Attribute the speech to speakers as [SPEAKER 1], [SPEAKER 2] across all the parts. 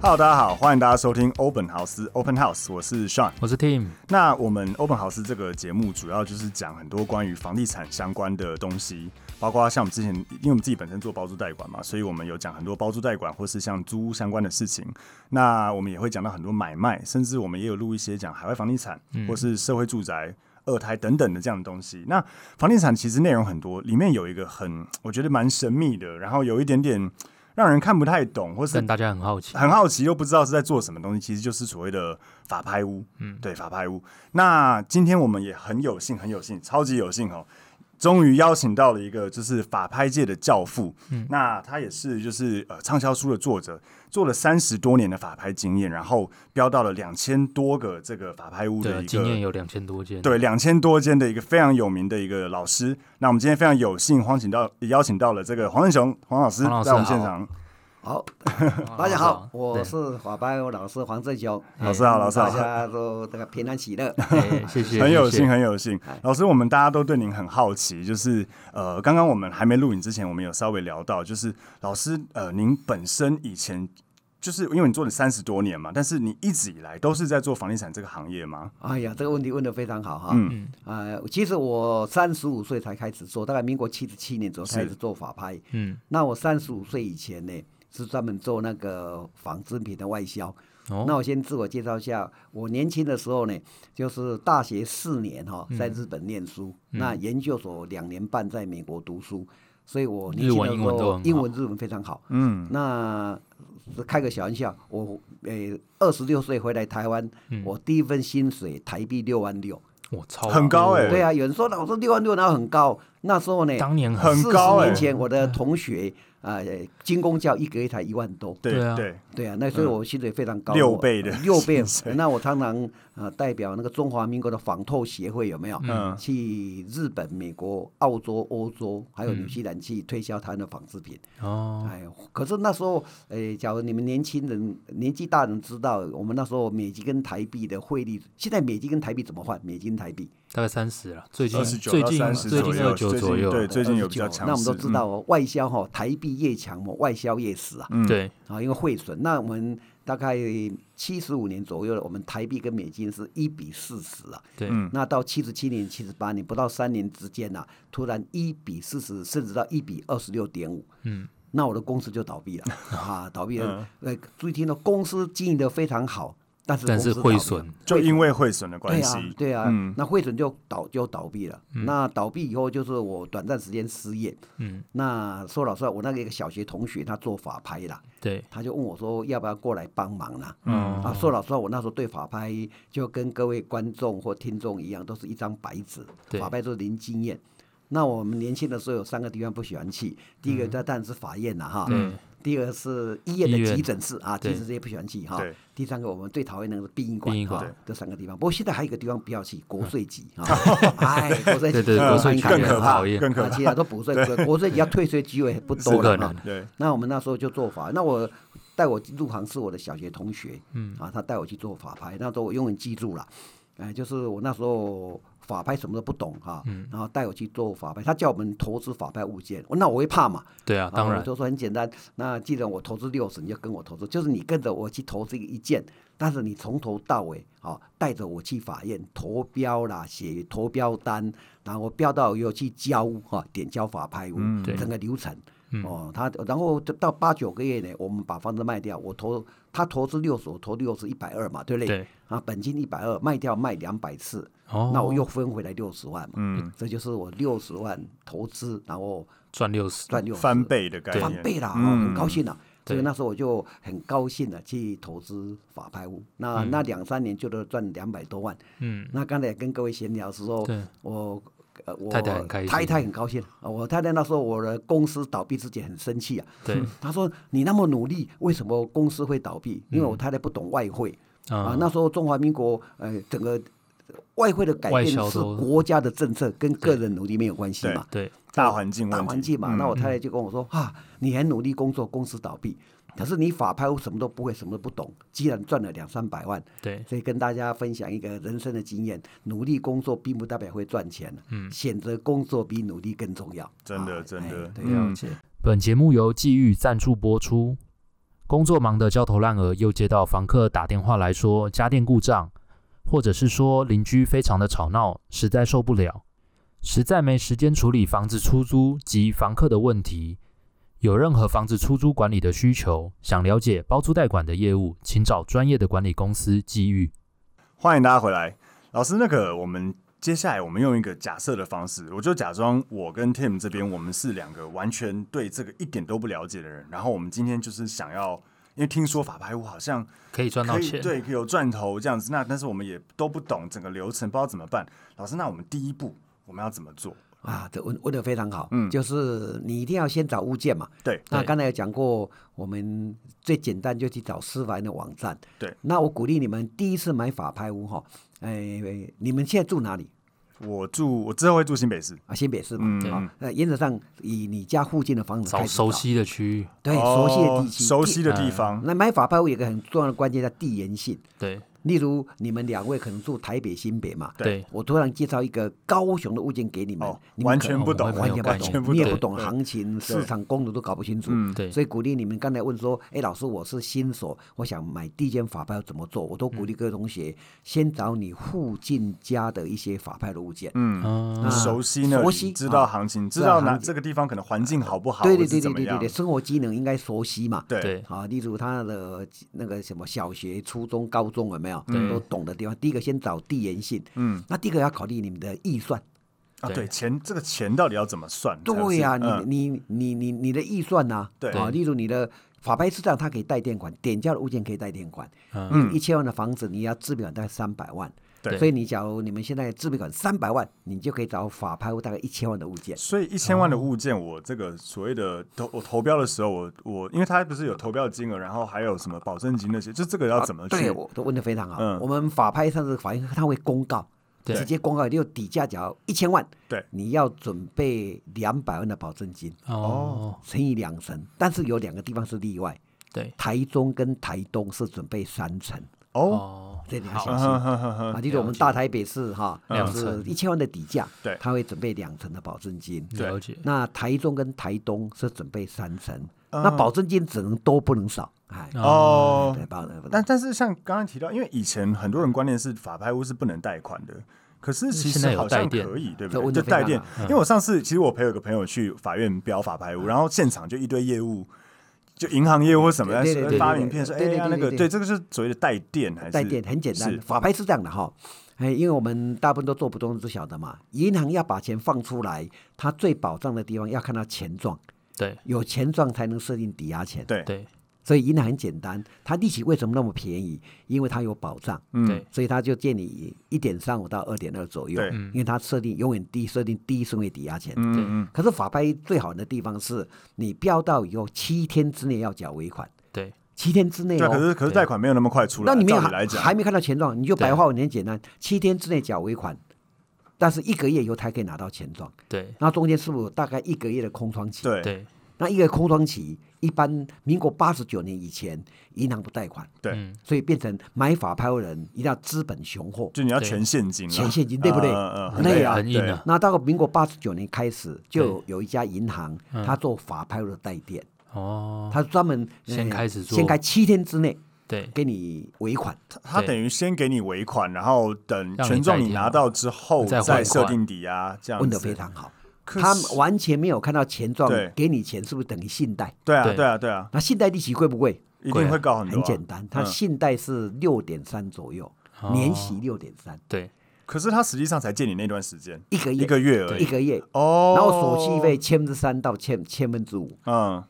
[SPEAKER 1] Hello，大家好，欢迎大家收听欧本豪斯 Open House，我是 Sean。
[SPEAKER 2] 我是 Tim，
[SPEAKER 1] 那我们 Open House 这个节目主要就是讲很多关于房地产相关的东西，包括像我们之前，因为我们自己本身做包租代管嘛，所以我们有讲很多包租代管或是像租屋相关的事情。那我们也会讲到很多买卖，甚至我们也有录一些讲海外房地产或是社会住宅。二胎等等的这样的东西。那房地产其实内容很多，里面有一个很我觉得蛮神秘的，然后有一点点让人看不太懂，或是
[SPEAKER 2] 但大家很好奇，
[SPEAKER 1] 很好奇又不知道是在做什么东西，其实就是所谓的法拍屋。嗯，对，法拍屋。那今天我们也很有幸，很有幸，超级有幸哦，终于邀请到了一个就是法拍界的教父。嗯，那他也是就是呃畅销书的作者，做了三十多年的法拍经验，然后标到了两千多个这个法拍屋的
[SPEAKER 2] 对，
[SPEAKER 1] 一
[SPEAKER 2] 经验
[SPEAKER 1] 个。
[SPEAKER 2] 有两千多件，，
[SPEAKER 1] 对，两千多间的一个非常有名的一个老师。那我们今天非常有幸，邀请到邀请到了这个黄仁雄黄老师
[SPEAKER 2] 黄老师
[SPEAKER 1] 在我们
[SPEAKER 2] 好
[SPEAKER 1] 现场。
[SPEAKER 3] 好，
[SPEAKER 2] 哦
[SPEAKER 3] 大家啊好，哎我
[SPEAKER 2] 对
[SPEAKER 3] 是法班老师黄振雄。
[SPEAKER 1] 老师好，老师好，
[SPEAKER 3] 大家都这个平安 喜乐。
[SPEAKER 2] 哎谢谢，
[SPEAKER 1] 很有
[SPEAKER 2] 谢谢
[SPEAKER 1] 幸，，很有幸。
[SPEAKER 3] 哎
[SPEAKER 1] 老师，我们大家都对您很好奇，就是呃，刚刚我们还没录影之前，我们有稍微聊到，就是老师呃，您本身以前就是因为你做了三十多年嘛，但是你一直以来都是在做房地产这个行业吗？
[SPEAKER 3] 哎呀，这个问题问得非常好哈。
[SPEAKER 1] 嗯
[SPEAKER 3] 嗯。呃，其实我三十五岁才开始做，大概民国七十七年左右开始做法拍。
[SPEAKER 2] 嗯，
[SPEAKER 3] 那我三十五岁以前呢，是专门做那个纺织品的外销。
[SPEAKER 2] 哦
[SPEAKER 3] 那我先自我介绍一下，我年轻的时候呢，就是大学四年哈、
[SPEAKER 2] 嗯
[SPEAKER 3] 在日本念书，那研究所两年半在美国读书，所以我年轻的
[SPEAKER 2] 日文
[SPEAKER 3] 时
[SPEAKER 2] 英文都
[SPEAKER 3] 候
[SPEAKER 2] 很好
[SPEAKER 3] 英文日文非常好。
[SPEAKER 1] 嗯，
[SPEAKER 3] 那开个小玩笑，我诶二十六岁回来台湾，
[SPEAKER 2] 嗯
[SPEAKER 3] 我第一份薪水台币六万六。
[SPEAKER 2] 我超
[SPEAKER 1] 很高哎
[SPEAKER 3] 对啊，有人说老师六万六哪有很高？那时候呢，
[SPEAKER 2] 欸当年
[SPEAKER 1] 很
[SPEAKER 3] 嗯四
[SPEAKER 1] 高
[SPEAKER 3] 十
[SPEAKER 1] 欸
[SPEAKER 3] 年前我的同学啊、呃，金工教一个月才一万多。
[SPEAKER 1] 对
[SPEAKER 2] 对啊
[SPEAKER 1] 对，
[SPEAKER 3] 对啊，那所以我薪水非常高，
[SPEAKER 1] 六
[SPEAKER 3] 我
[SPEAKER 1] 倍的
[SPEAKER 3] 六倍
[SPEAKER 1] 薪水。
[SPEAKER 3] 那我常常呃代表那个中华民国的纺透协会有没有？
[SPEAKER 1] 嗯
[SPEAKER 3] 去日本、美国、澳洲、欧洲，
[SPEAKER 1] 嗯
[SPEAKER 3] 还有纽西兰去推销台湾的纺织品。
[SPEAKER 2] 哦，
[SPEAKER 3] 哎呦，可是那时候，诶、假如你们年轻人、年纪大人知道，我们那时候美金跟台币的汇率，现在美金跟台币怎么换？美金台币
[SPEAKER 2] 大概三十了，最近
[SPEAKER 1] 二十九
[SPEAKER 2] 最
[SPEAKER 1] 到
[SPEAKER 2] 近
[SPEAKER 1] 三十
[SPEAKER 2] 最
[SPEAKER 1] 左
[SPEAKER 2] 近
[SPEAKER 1] 右，
[SPEAKER 2] 二九
[SPEAKER 1] 最
[SPEAKER 2] 左
[SPEAKER 1] 近
[SPEAKER 2] 右，
[SPEAKER 1] 对，最近有比较
[SPEAKER 3] 29
[SPEAKER 1] 强势。
[SPEAKER 3] 那我们都知道
[SPEAKER 1] 嗯，
[SPEAKER 3] 哦，外销哈、哦，台币越强嘛，外销越死啊，
[SPEAKER 2] 对，
[SPEAKER 3] 啊，因为汇损。那我们大概七十五年左右，我们台币跟美金是一比四十啊。
[SPEAKER 2] 对，
[SPEAKER 1] 嗯
[SPEAKER 3] 那到七十七年、七十八年，不到三年之间呐、突然一比四十，甚至到一比二十六点五，
[SPEAKER 2] 嗯，
[SPEAKER 3] 那我的公司就 倒闭了啊，倒闭了。
[SPEAKER 1] 嗯
[SPEAKER 3] 呃，注意听到，公司经营的非常好，但是
[SPEAKER 2] 但
[SPEAKER 3] 公
[SPEAKER 2] 是
[SPEAKER 3] 司倒闭
[SPEAKER 2] 汇
[SPEAKER 3] 了
[SPEAKER 2] 损，
[SPEAKER 1] 就因为汇损的关
[SPEAKER 3] 对啊
[SPEAKER 1] 系，，
[SPEAKER 3] 对啊，
[SPEAKER 1] 嗯
[SPEAKER 3] 那汇准就倒就倒闭了。那倒闭以后，就是我短暂时间失业。
[SPEAKER 2] 嗯，
[SPEAKER 3] 那说老实话，我那个一个小学同学，他做法拍啦，
[SPEAKER 2] 对，
[SPEAKER 3] 他就问我说要不要过来帮忙啦、
[SPEAKER 2] 嗯
[SPEAKER 3] 啊，说老实话，我那时候对法拍就跟各位观众或听众一样，都是一张白纸，
[SPEAKER 2] 对
[SPEAKER 3] 法拍都是零经验。那我们年轻的时候有三个地方不喜欢去，第一个那当然是法院了、哈，
[SPEAKER 2] 嗯对，
[SPEAKER 3] 第二个是医院
[SPEAKER 2] 医院
[SPEAKER 3] 的急诊室啊，急
[SPEAKER 2] 对
[SPEAKER 3] 诊室也不喜欢去哈
[SPEAKER 1] 对，
[SPEAKER 3] 第三个我们最讨厌那个是殡仪
[SPEAKER 2] 殡仪
[SPEAKER 3] 馆
[SPEAKER 2] 馆
[SPEAKER 3] 哈
[SPEAKER 2] 对，
[SPEAKER 3] 这三个地方。不过现在还有一个地方不要去，国税局啊， 哎，国税局
[SPEAKER 2] 嗯对对
[SPEAKER 1] 嗯
[SPEAKER 2] 国税局
[SPEAKER 1] 更可怕
[SPEAKER 2] 讨厌，
[SPEAKER 1] 更可
[SPEAKER 3] 啊，
[SPEAKER 1] 怕，
[SPEAKER 3] 其他都不税，国税局要退税机会不
[SPEAKER 2] 不
[SPEAKER 3] 多
[SPEAKER 2] 可
[SPEAKER 3] 了
[SPEAKER 2] 能
[SPEAKER 3] 哈。
[SPEAKER 1] 对，
[SPEAKER 3] 那我们那时候就做法，那我带我入行是我的小学同学，嗯，啊，他带我去做法拍，那时候我永远记住了，哎、就是我那时候法拍什么都不懂哈、然后带我去做法拍，他叫我们投资法拍物件，那我会怕嘛，
[SPEAKER 2] 对啊，当
[SPEAKER 3] 我
[SPEAKER 2] 然，
[SPEAKER 3] 就说很简单，那既然我投资六十，你就跟我投资，就是你跟着我去投资一件，但是你从头到尾，好、带着我去法院投标啦，写投标单，然后标到又去交屋哈、点交法拍屋，
[SPEAKER 2] 嗯对嗯
[SPEAKER 3] 整个流程。哦，他然后就到八九个月呢，我们把房子卖掉，我投他投资六十，我投六十一百二嘛，对不对？
[SPEAKER 2] 对，
[SPEAKER 3] 啊，本金一百二，卖掉卖两百次，
[SPEAKER 2] 哦，
[SPEAKER 3] 那我又分回来六十万嘛，
[SPEAKER 1] 嗯，
[SPEAKER 3] 这就是我六十万投资，然后
[SPEAKER 2] 赚六十，
[SPEAKER 3] 赚六十
[SPEAKER 1] 翻倍的概念，
[SPEAKER 3] 翻倍啦，哦
[SPEAKER 1] 嗯
[SPEAKER 3] 很高兴了。所以
[SPEAKER 2] 对
[SPEAKER 3] 那时候我就很高兴的去投资法拍屋，那、那两三年就能赚两百多万。
[SPEAKER 2] 嗯，
[SPEAKER 3] 那刚才也跟各位闲聊的时候
[SPEAKER 2] 对，
[SPEAKER 3] 我呃我
[SPEAKER 2] 太太很开心
[SPEAKER 3] 太太很高兴啊。我太太那时候我的公司倒闭之前很生气啊，
[SPEAKER 2] 对，
[SPEAKER 3] 她说你那么努力，为什么公司会倒闭？因为我太太不懂外汇、啊
[SPEAKER 2] 嗯啊，。
[SPEAKER 3] 那时候中华民国呃整个外汇的改
[SPEAKER 2] 外
[SPEAKER 3] 变
[SPEAKER 2] 销
[SPEAKER 3] 是
[SPEAKER 2] 都
[SPEAKER 3] 国家的政策，跟个人努力没有关系
[SPEAKER 1] 对
[SPEAKER 3] 嘛。
[SPEAKER 2] 对，
[SPEAKER 1] 大环境问
[SPEAKER 3] 大
[SPEAKER 1] 题，嗯
[SPEAKER 3] 环境嘛。那我太太就跟我说：“啊，你很努力工作，公司倒闭，可是你法拍我什么都不会，什么都不懂，既然赚了两三百万，
[SPEAKER 2] 对，
[SPEAKER 3] 所以跟大家分享一个人生的经验：努力工作并不代表会赚钱，嗯，选择工作比努力更重要。
[SPEAKER 1] 真的
[SPEAKER 3] 啊
[SPEAKER 1] 真的
[SPEAKER 3] 哎对
[SPEAKER 1] 嗯
[SPEAKER 2] 本节目由际遇赞助播出。
[SPEAKER 4] 工作忙得焦头烂额，又接到房客打电话来说家电故障，或者是说邻居非常的吵闹，实在受不了，实在没时间处理房子出租及房客的问题。有任何房子出租管理的需求，想了解包租代管的业务，请找专业的管理公司机遇。
[SPEAKER 1] 欢迎大家回来，老师，那个我们接下来我们用一个假设的方式，我就假装我跟 Tim 这边我们是两个完全对这个一点都不了解的人，然后我们今天就是想要，因为听说法拍屋好像
[SPEAKER 2] 可以赚到
[SPEAKER 1] 可以
[SPEAKER 2] 钱。
[SPEAKER 1] 对有赚头这样子，那但是我们也都不懂整个流程，不知道怎么办。老师，那我们第一步我们要怎么做？
[SPEAKER 3] 啊，这问问的非常好，
[SPEAKER 1] 嗯
[SPEAKER 3] 就是你一定要先找物件嘛。
[SPEAKER 1] 对
[SPEAKER 3] 那
[SPEAKER 2] 对
[SPEAKER 3] 刚才有讲过，我们最简单就去找司法的网站。
[SPEAKER 1] 对，
[SPEAKER 3] 那我鼓励你们第一次买法拍屋哈，哎，你们现在住哪里？
[SPEAKER 1] 我住我之后会住新北市，
[SPEAKER 3] 啊，新北市嘛，
[SPEAKER 1] 嗯，
[SPEAKER 3] 啊，那原则上以你家附近的房子开
[SPEAKER 2] 找
[SPEAKER 3] 始
[SPEAKER 2] 熟悉的区域，
[SPEAKER 3] 对熟悉的
[SPEAKER 1] 哦
[SPEAKER 3] 地区，
[SPEAKER 1] 熟悉的地
[SPEAKER 2] 嗯
[SPEAKER 1] 方，
[SPEAKER 3] 那买法拍屋有一个很重要的关键叫地缘性，
[SPEAKER 2] 对
[SPEAKER 3] 例如你们两位可能住台北、新北嘛，
[SPEAKER 1] 对
[SPEAKER 2] 对，
[SPEAKER 3] 我突然介绍一个高雄的物件给你们，
[SPEAKER 1] 哦
[SPEAKER 3] 你们
[SPEAKER 1] 完
[SPEAKER 3] 可
[SPEAKER 1] 全
[SPEAKER 3] 能
[SPEAKER 1] 不
[SPEAKER 2] 我
[SPEAKER 1] 懂，
[SPEAKER 2] 们会
[SPEAKER 3] 完
[SPEAKER 2] 没有
[SPEAKER 3] 全
[SPEAKER 2] 概
[SPEAKER 3] 不
[SPEAKER 2] 念
[SPEAKER 1] 全
[SPEAKER 3] 懂，
[SPEAKER 1] 不
[SPEAKER 3] 你也
[SPEAKER 1] 懂，
[SPEAKER 3] 不
[SPEAKER 2] 对
[SPEAKER 3] 懂行情、市场公路都搞不清楚。
[SPEAKER 1] 嗯，
[SPEAKER 2] 对
[SPEAKER 3] 所以鼓励你们刚才问说，哎，老师，我是新手，我想买第一间法拍要怎么做？我都
[SPEAKER 1] 嗯
[SPEAKER 3] 鼓励各位同学先找你附近家的一些法拍的物件。
[SPEAKER 1] 嗯。
[SPEAKER 2] 嗯
[SPEAKER 3] 那，
[SPEAKER 1] 熟悉呢？
[SPEAKER 3] 熟悉
[SPEAKER 1] 知道
[SPEAKER 3] 啊
[SPEAKER 1] 行情，知
[SPEAKER 3] 知
[SPEAKER 1] 道
[SPEAKER 3] 道
[SPEAKER 1] 哪
[SPEAKER 3] 行情
[SPEAKER 1] 这个地方可能环境好不好，
[SPEAKER 3] 对
[SPEAKER 1] 或
[SPEAKER 3] 对
[SPEAKER 1] 是
[SPEAKER 3] 对
[SPEAKER 1] 怎
[SPEAKER 3] 对
[SPEAKER 1] 么
[SPEAKER 3] 对对
[SPEAKER 1] 样
[SPEAKER 3] 对，生活机能应该熟悉嘛。
[SPEAKER 1] 对
[SPEAKER 2] 对
[SPEAKER 3] 啊，例如他的那个什么小学、初中、高中有没有
[SPEAKER 2] 对
[SPEAKER 3] 都懂的地方？第一个先找地缘性，
[SPEAKER 1] 嗯
[SPEAKER 3] 那第一个要考虑你们的预算。
[SPEAKER 1] 啊，
[SPEAKER 2] 对
[SPEAKER 1] 对钱这个钱到底要怎么算才是？
[SPEAKER 3] 对呀、
[SPEAKER 1] 嗯
[SPEAKER 3] 你你你你你的预算呐、
[SPEAKER 1] 对
[SPEAKER 3] 啊，例如你的法拍市场，它可以贷电款，点交的物件可以贷电款。
[SPEAKER 2] 嗯
[SPEAKER 1] 嗯
[SPEAKER 3] 一千万的房子，你要自备款大概三百万。
[SPEAKER 1] 对
[SPEAKER 3] 所以你假如你们现在自备款三百万，你就可以找法拍屋大概一千万的物件。
[SPEAKER 1] 所以一千万的物件，我这个所谓的投我投标的时候，我我因为它不是有投标金额，然后还有什么保证金那些，就这个要怎么
[SPEAKER 3] 啊
[SPEAKER 1] 去？
[SPEAKER 3] 对，我都问的非常好。
[SPEAKER 1] 嗯
[SPEAKER 3] 我们法拍上次法院他会公告，
[SPEAKER 2] 对
[SPEAKER 3] 直接公告，就底价假如一千万，
[SPEAKER 1] 对
[SPEAKER 3] 你要准备两百万的保证金，
[SPEAKER 2] 哦，
[SPEAKER 3] 乘以两成。但是有两个地方是例外，
[SPEAKER 2] 对
[SPEAKER 3] 台中跟台东是准备三成，
[SPEAKER 1] 哦，
[SPEAKER 2] 哦，
[SPEAKER 3] 这你要
[SPEAKER 2] 好
[SPEAKER 3] 小心。
[SPEAKER 1] 呵呵呵呵
[SPEAKER 3] 啊，例如我们大台北市哈，
[SPEAKER 2] 嗯
[SPEAKER 3] 就是一千万的底价，
[SPEAKER 1] 对
[SPEAKER 3] 他会准备两成的保证金。
[SPEAKER 1] 对
[SPEAKER 2] 了解，
[SPEAKER 3] 那台中跟台东是准备三成，
[SPEAKER 1] 嗯
[SPEAKER 3] 那保证金只能多不能少，哎，
[SPEAKER 1] 哦
[SPEAKER 3] 对，保呃证
[SPEAKER 1] 但但是像刚刚提到，因为以前很多人观念是法拍屋是不能贷款的，可是其
[SPEAKER 2] 现
[SPEAKER 1] 实
[SPEAKER 2] 在有
[SPEAKER 1] 好像
[SPEAKER 2] 代垫
[SPEAKER 1] 可以，对不
[SPEAKER 3] 这
[SPEAKER 1] 对？
[SPEAKER 3] 问
[SPEAKER 1] 就
[SPEAKER 3] 得非常嗯
[SPEAKER 1] 带电
[SPEAKER 3] 好，
[SPEAKER 1] 因为我上次其实我陪有个朋友去法院标法
[SPEAKER 3] 嗯
[SPEAKER 1] 拍屋，然后现场就一堆业务。就银行业务或什么
[SPEAKER 3] 对对对对
[SPEAKER 1] 发名片说，哎
[SPEAKER 3] 对对
[SPEAKER 1] 呀，
[SPEAKER 3] 对
[SPEAKER 1] 那个
[SPEAKER 3] 对
[SPEAKER 1] 对，这个是所谓的带电还是
[SPEAKER 3] 带电很简
[SPEAKER 1] 是
[SPEAKER 3] 单，法拍是这样的哈。哎，因为我们大部分都做不动，都晓得嘛。银行要把钱放出来，它最保障的地方要看到钱状，
[SPEAKER 2] 对
[SPEAKER 3] 有钱状才能设定抵押钱。
[SPEAKER 1] 对
[SPEAKER 2] 对
[SPEAKER 3] 所以银行很简单，它利息为什么那么便宜？因为它有保障。
[SPEAKER 1] 嗯
[SPEAKER 2] 对，
[SPEAKER 3] 所以他就建议一点三五到二点二左右
[SPEAKER 1] 对，
[SPEAKER 2] 嗯
[SPEAKER 3] 因为他设定永远低设定低顺位抵押钱。
[SPEAKER 1] 嗯嗯
[SPEAKER 3] 可是法拍最好的地方是你标到以后七天之内要缴尾款，
[SPEAKER 2] 对
[SPEAKER 3] 七天之内
[SPEAKER 1] 对，啊可
[SPEAKER 3] 哦。
[SPEAKER 1] 是可是贷款没有那么快出来，
[SPEAKER 3] 那你没有
[SPEAKER 1] 照理来
[SPEAKER 3] 还
[SPEAKER 1] 讲
[SPEAKER 3] 还没看到钱状，你就白
[SPEAKER 2] 对
[SPEAKER 3] 话文很简单，七天之内缴尾款，但是一个月以后才可以拿到钱状。
[SPEAKER 2] 对
[SPEAKER 3] 那中间是不是有大概一个月的空窗期？
[SPEAKER 1] 对
[SPEAKER 2] 对，
[SPEAKER 3] 那一个空窗期，一般民国八十九年以前银行不贷款，
[SPEAKER 1] 对，
[SPEAKER 2] 嗯，
[SPEAKER 3] 所以变成买法拍的人一定要资本雄厚，
[SPEAKER 1] 就你要
[SPEAKER 2] 对
[SPEAKER 1] 全现金啦，
[SPEAKER 3] 全现金对不对
[SPEAKER 1] 嗯嗯嗯
[SPEAKER 3] 那
[SPEAKER 1] 对
[SPEAKER 3] 也要
[SPEAKER 2] 很硬啊，
[SPEAKER 3] 那到民国八十九年开始，就
[SPEAKER 2] 对
[SPEAKER 3] 有有一家银行，
[SPEAKER 2] 嗯
[SPEAKER 3] 它做法拍的代垫，
[SPEAKER 2] 哦，
[SPEAKER 3] 它专门呃
[SPEAKER 2] 先开始做
[SPEAKER 3] 先开七天之内
[SPEAKER 2] 对
[SPEAKER 3] 给你尾款，
[SPEAKER 1] 他他等于先给你尾款，然后等
[SPEAKER 2] 让你
[SPEAKER 1] 权状
[SPEAKER 2] 贷
[SPEAKER 1] 你
[SPEAKER 2] 掉
[SPEAKER 1] 拿到之后
[SPEAKER 2] 再还
[SPEAKER 1] 再
[SPEAKER 2] 款
[SPEAKER 1] 设定抵押，这样
[SPEAKER 3] 问
[SPEAKER 1] 子
[SPEAKER 3] 得非常好。
[SPEAKER 1] 可
[SPEAKER 3] 他
[SPEAKER 1] 是
[SPEAKER 3] 完全没有看到钱状
[SPEAKER 1] 对，
[SPEAKER 3] 给你钱是不是等于信贷？
[SPEAKER 1] 对啊
[SPEAKER 2] 对
[SPEAKER 1] 对啊对啊，
[SPEAKER 3] 那信贷利息贵不贵？
[SPEAKER 1] 一
[SPEAKER 2] 贵
[SPEAKER 1] 定
[SPEAKER 2] 啊
[SPEAKER 1] 会高很多
[SPEAKER 3] 很
[SPEAKER 1] 啊。
[SPEAKER 3] 简单，它
[SPEAKER 1] 嗯
[SPEAKER 3] 信贷是六点三左右，
[SPEAKER 2] 哦
[SPEAKER 3] 年息六点三，
[SPEAKER 2] 对
[SPEAKER 1] 可是他实际上才借你那段时间，
[SPEAKER 3] 一个月
[SPEAKER 1] 一个月而
[SPEAKER 3] 一
[SPEAKER 1] 已
[SPEAKER 3] 个月，
[SPEAKER 1] 哦，
[SPEAKER 3] 然后手续费千分之三到千千分之五，
[SPEAKER 1] 嗯，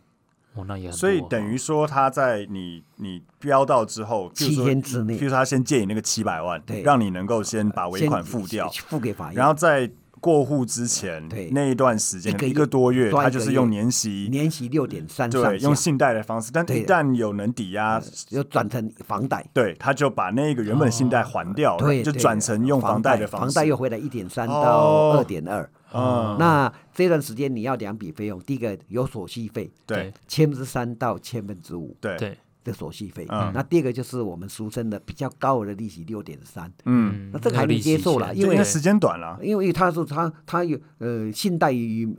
[SPEAKER 2] 哦，那也很
[SPEAKER 1] 所以
[SPEAKER 2] 多
[SPEAKER 1] 等于说他在你你标到之后，譬如
[SPEAKER 3] 嗯七
[SPEAKER 1] 说
[SPEAKER 3] 天之
[SPEAKER 1] 譬
[SPEAKER 3] 内
[SPEAKER 1] 如说他先借你那个七百万，
[SPEAKER 3] 对
[SPEAKER 1] 让你能够先把尾
[SPEAKER 3] 先
[SPEAKER 1] 款付掉，
[SPEAKER 3] 付给法院，
[SPEAKER 1] 然后在过户之前
[SPEAKER 3] 对
[SPEAKER 1] 那一段时间，
[SPEAKER 3] 一
[SPEAKER 1] 可
[SPEAKER 3] 个
[SPEAKER 1] 能一
[SPEAKER 3] 月
[SPEAKER 1] 个多月，
[SPEAKER 3] 抓一
[SPEAKER 1] 他就
[SPEAKER 3] 个
[SPEAKER 1] 是
[SPEAKER 3] 月
[SPEAKER 1] 用年息，
[SPEAKER 3] 年息六点三上
[SPEAKER 1] 对，用
[SPEAKER 3] 下，
[SPEAKER 1] 信贷的方式，但
[SPEAKER 3] 对
[SPEAKER 1] 一旦有能抵押，
[SPEAKER 3] 又转成房贷。
[SPEAKER 1] 对，他就把那个原本信贷还掉了，
[SPEAKER 3] 哦对，
[SPEAKER 1] 就
[SPEAKER 3] 对
[SPEAKER 1] 转成用房贷的方
[SPEAKER 3] 房
[SPEAKER 1] 式，
[SPEAKER 3] 贷又回来一点三到
[SPEAKER 1] 哦
[SPEAKER 3] 二点二。
[SPEAKER 1] 嗯，
[SPEAKER 3] 那这段时间你要两笔费用，第一个有手续费，
[SPEAKER 1] 对
[SPEAKER 2] 对
[SPEAKER 3] 千分之三到千分之五，
[SPEAKER 1] 对
[SPEAKER 2] 对
[SPEAKER 3] 的手续费。
[SPEAKER 1] 嗯
[SPEAKER 3] 那第二个就是我们俗称的比较高额的利息六点三，
[SPEAKER 1] 嗯，
[SPEAKER 3] 那这个还能接受啦
[SPEAKER 2] 了，
[SPEAKER 1] 就因
[SPEAKER 3] 为
[SPEAKER 1] 为时间短了，
[SPEAKER 3] 因为他是他他有呃信贷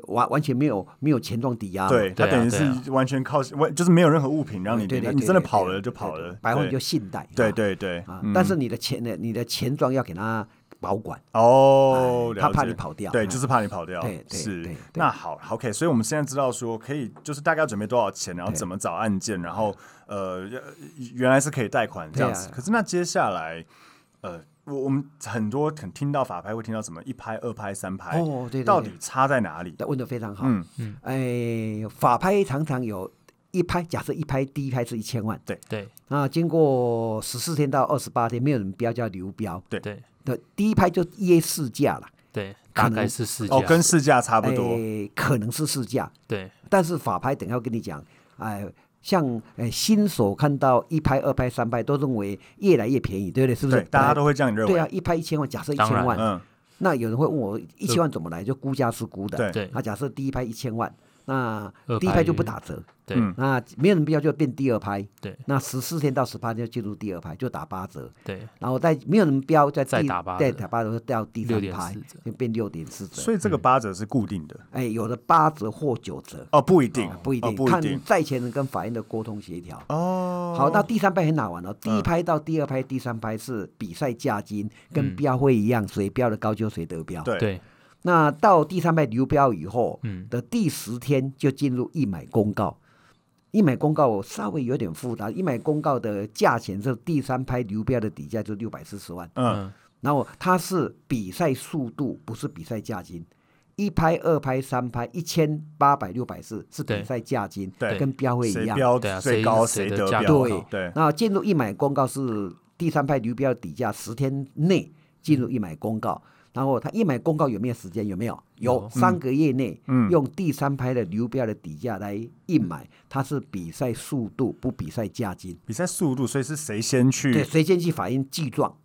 [SPEAKER 3] 完完全没有没有钱状抵押嘛，
[SPEAKER 1] 对他
[SPEAKER 2] 对啊
[SPEAKER 1] 等于
[SPEAKER 2] 对啊
[SPEAKER 1] 是完全靠完，就是没有任何物品让你
[SPEAKER 3] 对
[SPEAKER 1] 离
[SPEAKER 3] 对
[SPEAKER 1] 开，
[SPEAKER 3] 对
[SPEAKER 1] 你真的
[SPEAKER 3] 对
[SPEAKER 1] 跑
[SPEAKER 3] 对
[SPEAKER 1] 了就
[SPEAKER 3] 对
[SPEAKER 1] 跑
[SPEAKER 3] 对
[SPEAKER 1] 了，
[SPEAKER 3] 白话
[SPEAKER 1] 对
[SPEAKER 3] 就信贷，
[SPEAKER 1] 对
[SPEAKER 3] 啊
[SPEAKER 1] 对对
[SPEAKER 3] 啊，
[SPEAKER 1] 嗯
[SPEAKER 3] 但是你的钱呢，你的钱庄要给他保管，
[SPEAKER 1] 哦，
[SPEAKER 3] 哎他
[SPEAKER 1] 了
[SPEAKER 3] 怕
[SPEAKER 1] 解
[SPEAKER 3] 你跑掉
[SPEAKER 1] 对，
[SPEAKER 3] 哎
[SPEAKER 1] 就是怕你跑掉，
[SPEAKER 3] 对对对
[SPEAKER 1] 是
[SPEAKER 3] 对。
[SPEAKER 1] 那好，OK，所以我们现在知道说可以，就是大概要准备多少钱，然后
[SPEAKER 3] 对
[SPEAKER 1] 怎么找案件，然后呃，要原来是可以贷款这样子
[SPEAKER 3] 对，啊
[SPEAKER 1] 可是那接下来呃，我我们很多可能听到法拍会听到什么一拍、二拍、三拍，
[SPEAKER 3] 哦，对
[SPEAKER 1] 哎
[SPEAKER 3] 对对，
[SPEAKER 1] 到底差在哪里？
[SPEAKER 3] 问的非常好。
[SPEAKER 1] 嗯，
[SPEAKER 3] 哎，法拍常常有一拍，假设一拍第一拍是一千万，
[SPEAKER 2] 对
[SPEAKER 3] 那经过十四天到二十八天，没有人标叫流标
[SPEAKER 2] 对
[SPEAKER 3] 的，第一拍就约市价了，
[SPEAKER 2] 对，
[SPEAKER 3] 可
[SPEAKER 2] 大
[SPEAKER 3] 能
[SPEAKER 2] 概是市价
[SPEAKER 1] 哦，，跟市价差不多，
[SPEAKER 3] 哎，可能是市价，
[SPEAKER 2] 对
[SPEAKER 3] 但是法拍等一下会跟你讲，哎。像哎新手看到一拍、二拍、三拍，都认为越来越便宜，对不对？是不是
[SPEAKER 1] 对，？大家都会这样认
[SPEAKER 3] 对
[SPEAKER 1] 为
[SPEAKER 3] 啊，，一拍一千万，假设一
[SPEAKER 2] 当然
[SPEAKER 3] 千万，
[SPEAKER 1] 嗯，
[SPEAKER 3] 那有人会问我一千万怎么来？就估价是估的。
[SPEAKER 1] 对，
[SPEAKER 2] 对
[SPEAKER 3] 那假设第一拍一千万，那
[SPEAKER 2] 二拍
[SPEAKER 3] 第一拍就不打折，
[SPEAKER 2] 对
[SPEAKER 1] 嗯
[SPEAKER 3] 那没有人必要就变第二拍。
[SPEAKER 2] 对
[SPEAKER 3] 那十四天到十八天就进入第二拍，就打八折，
[SPEAKER 2] 对
[SPEAKER 3] 然后再没有人标再
[SPEAKER 2] 再
[SPEAKER 3] 第
[SPEAKER 2] 打八折
[SPEAKER 3] 再打八折就掉第三
[SPEAKER 2] 6.4
[SPEAKER 3] 拍
[SPEAKER 2] 折，
[SPEAKER 3] 就变六点四折。
[SPEAKER 1] 所以这个八折是固定的
[SPEAKER 3] 哎，有的八折或九折，
[SPEAKER 1] 哦，不一定，
[SPEAKER 3] 不一
[SPEAKER 1] 哦
[SPEAKER 3] 定
[SPEAKER 1] 不一
[SPEAKER 3] 看
[SPEAKER 1] 定
[SPEAKER 3] 债权人跟法院的沟通协调。
[SPEAKER 1] 哦。嗯
[SPEAKER 3] 好，那第三拍很好玩哦。第一拍到第二拍、第三拍是比赛价金，跟标会一样，谁标的高就谁得标。
[SPEAKER 1] 嗯对
[SPEAKER 2] 对
[SPEAKER 3] 那到第三拍流标以后，
[SPEAKER 2] 嗯
[SPEAKER 3] 的第十天就进入一买公告。一买公告我稍微有点复杂，一买公告的价钱是第三拍流标的底价就六百四十万，
[SPEAKER 1] 嗯，
[SPEAKER 2] 嗯
[SPEAKER 3] 然后它是比赛速度，不是比赛价金。一拍、二拍、三拍，一千八百、六百四是
[SPEAKER 2] 对
[SPEAKER 3] 比赛价金，
[SPEAKER 1] 对
[SPEAKER 3] 跟标会一
[SPEAKER 1] 谁
[SPEAKER 3] 样。
[SPEAKER 1] 标
[SPEAKER 2] 对啊
[SPEAKER 1] 最
[SPEAKER 2] 谁
[SPEAKER 1] 高
[SPEAKER 2] 谁的
[SPEAKER 1] 得
[SPEAKER 2] 价
[SPEAKER 1] 标，
[SPEAKER 2] 格
[SPEAKER 3] 高
[SPEAKER 1] 对，
[SPEAKER 3] 那进入一买公告是第三派流标底价十天内进入一买公告，然后他一买公告有没有时间？有没有？有
[SPEAKER 2] 有
[SPEAKER 3] 三个月内，
[SPEAKER 1] 嗯
[SPEAKER 3] 用第三拍的流标的底价来一买，它是比赛速度，不比赛价金。
[SPEAKER 1] 比赛速度，所以是谁先
[SPEAKER 3] 对，
[SPEAKER 1] 去？
[SPEAKER 3] 谁先去法院记状？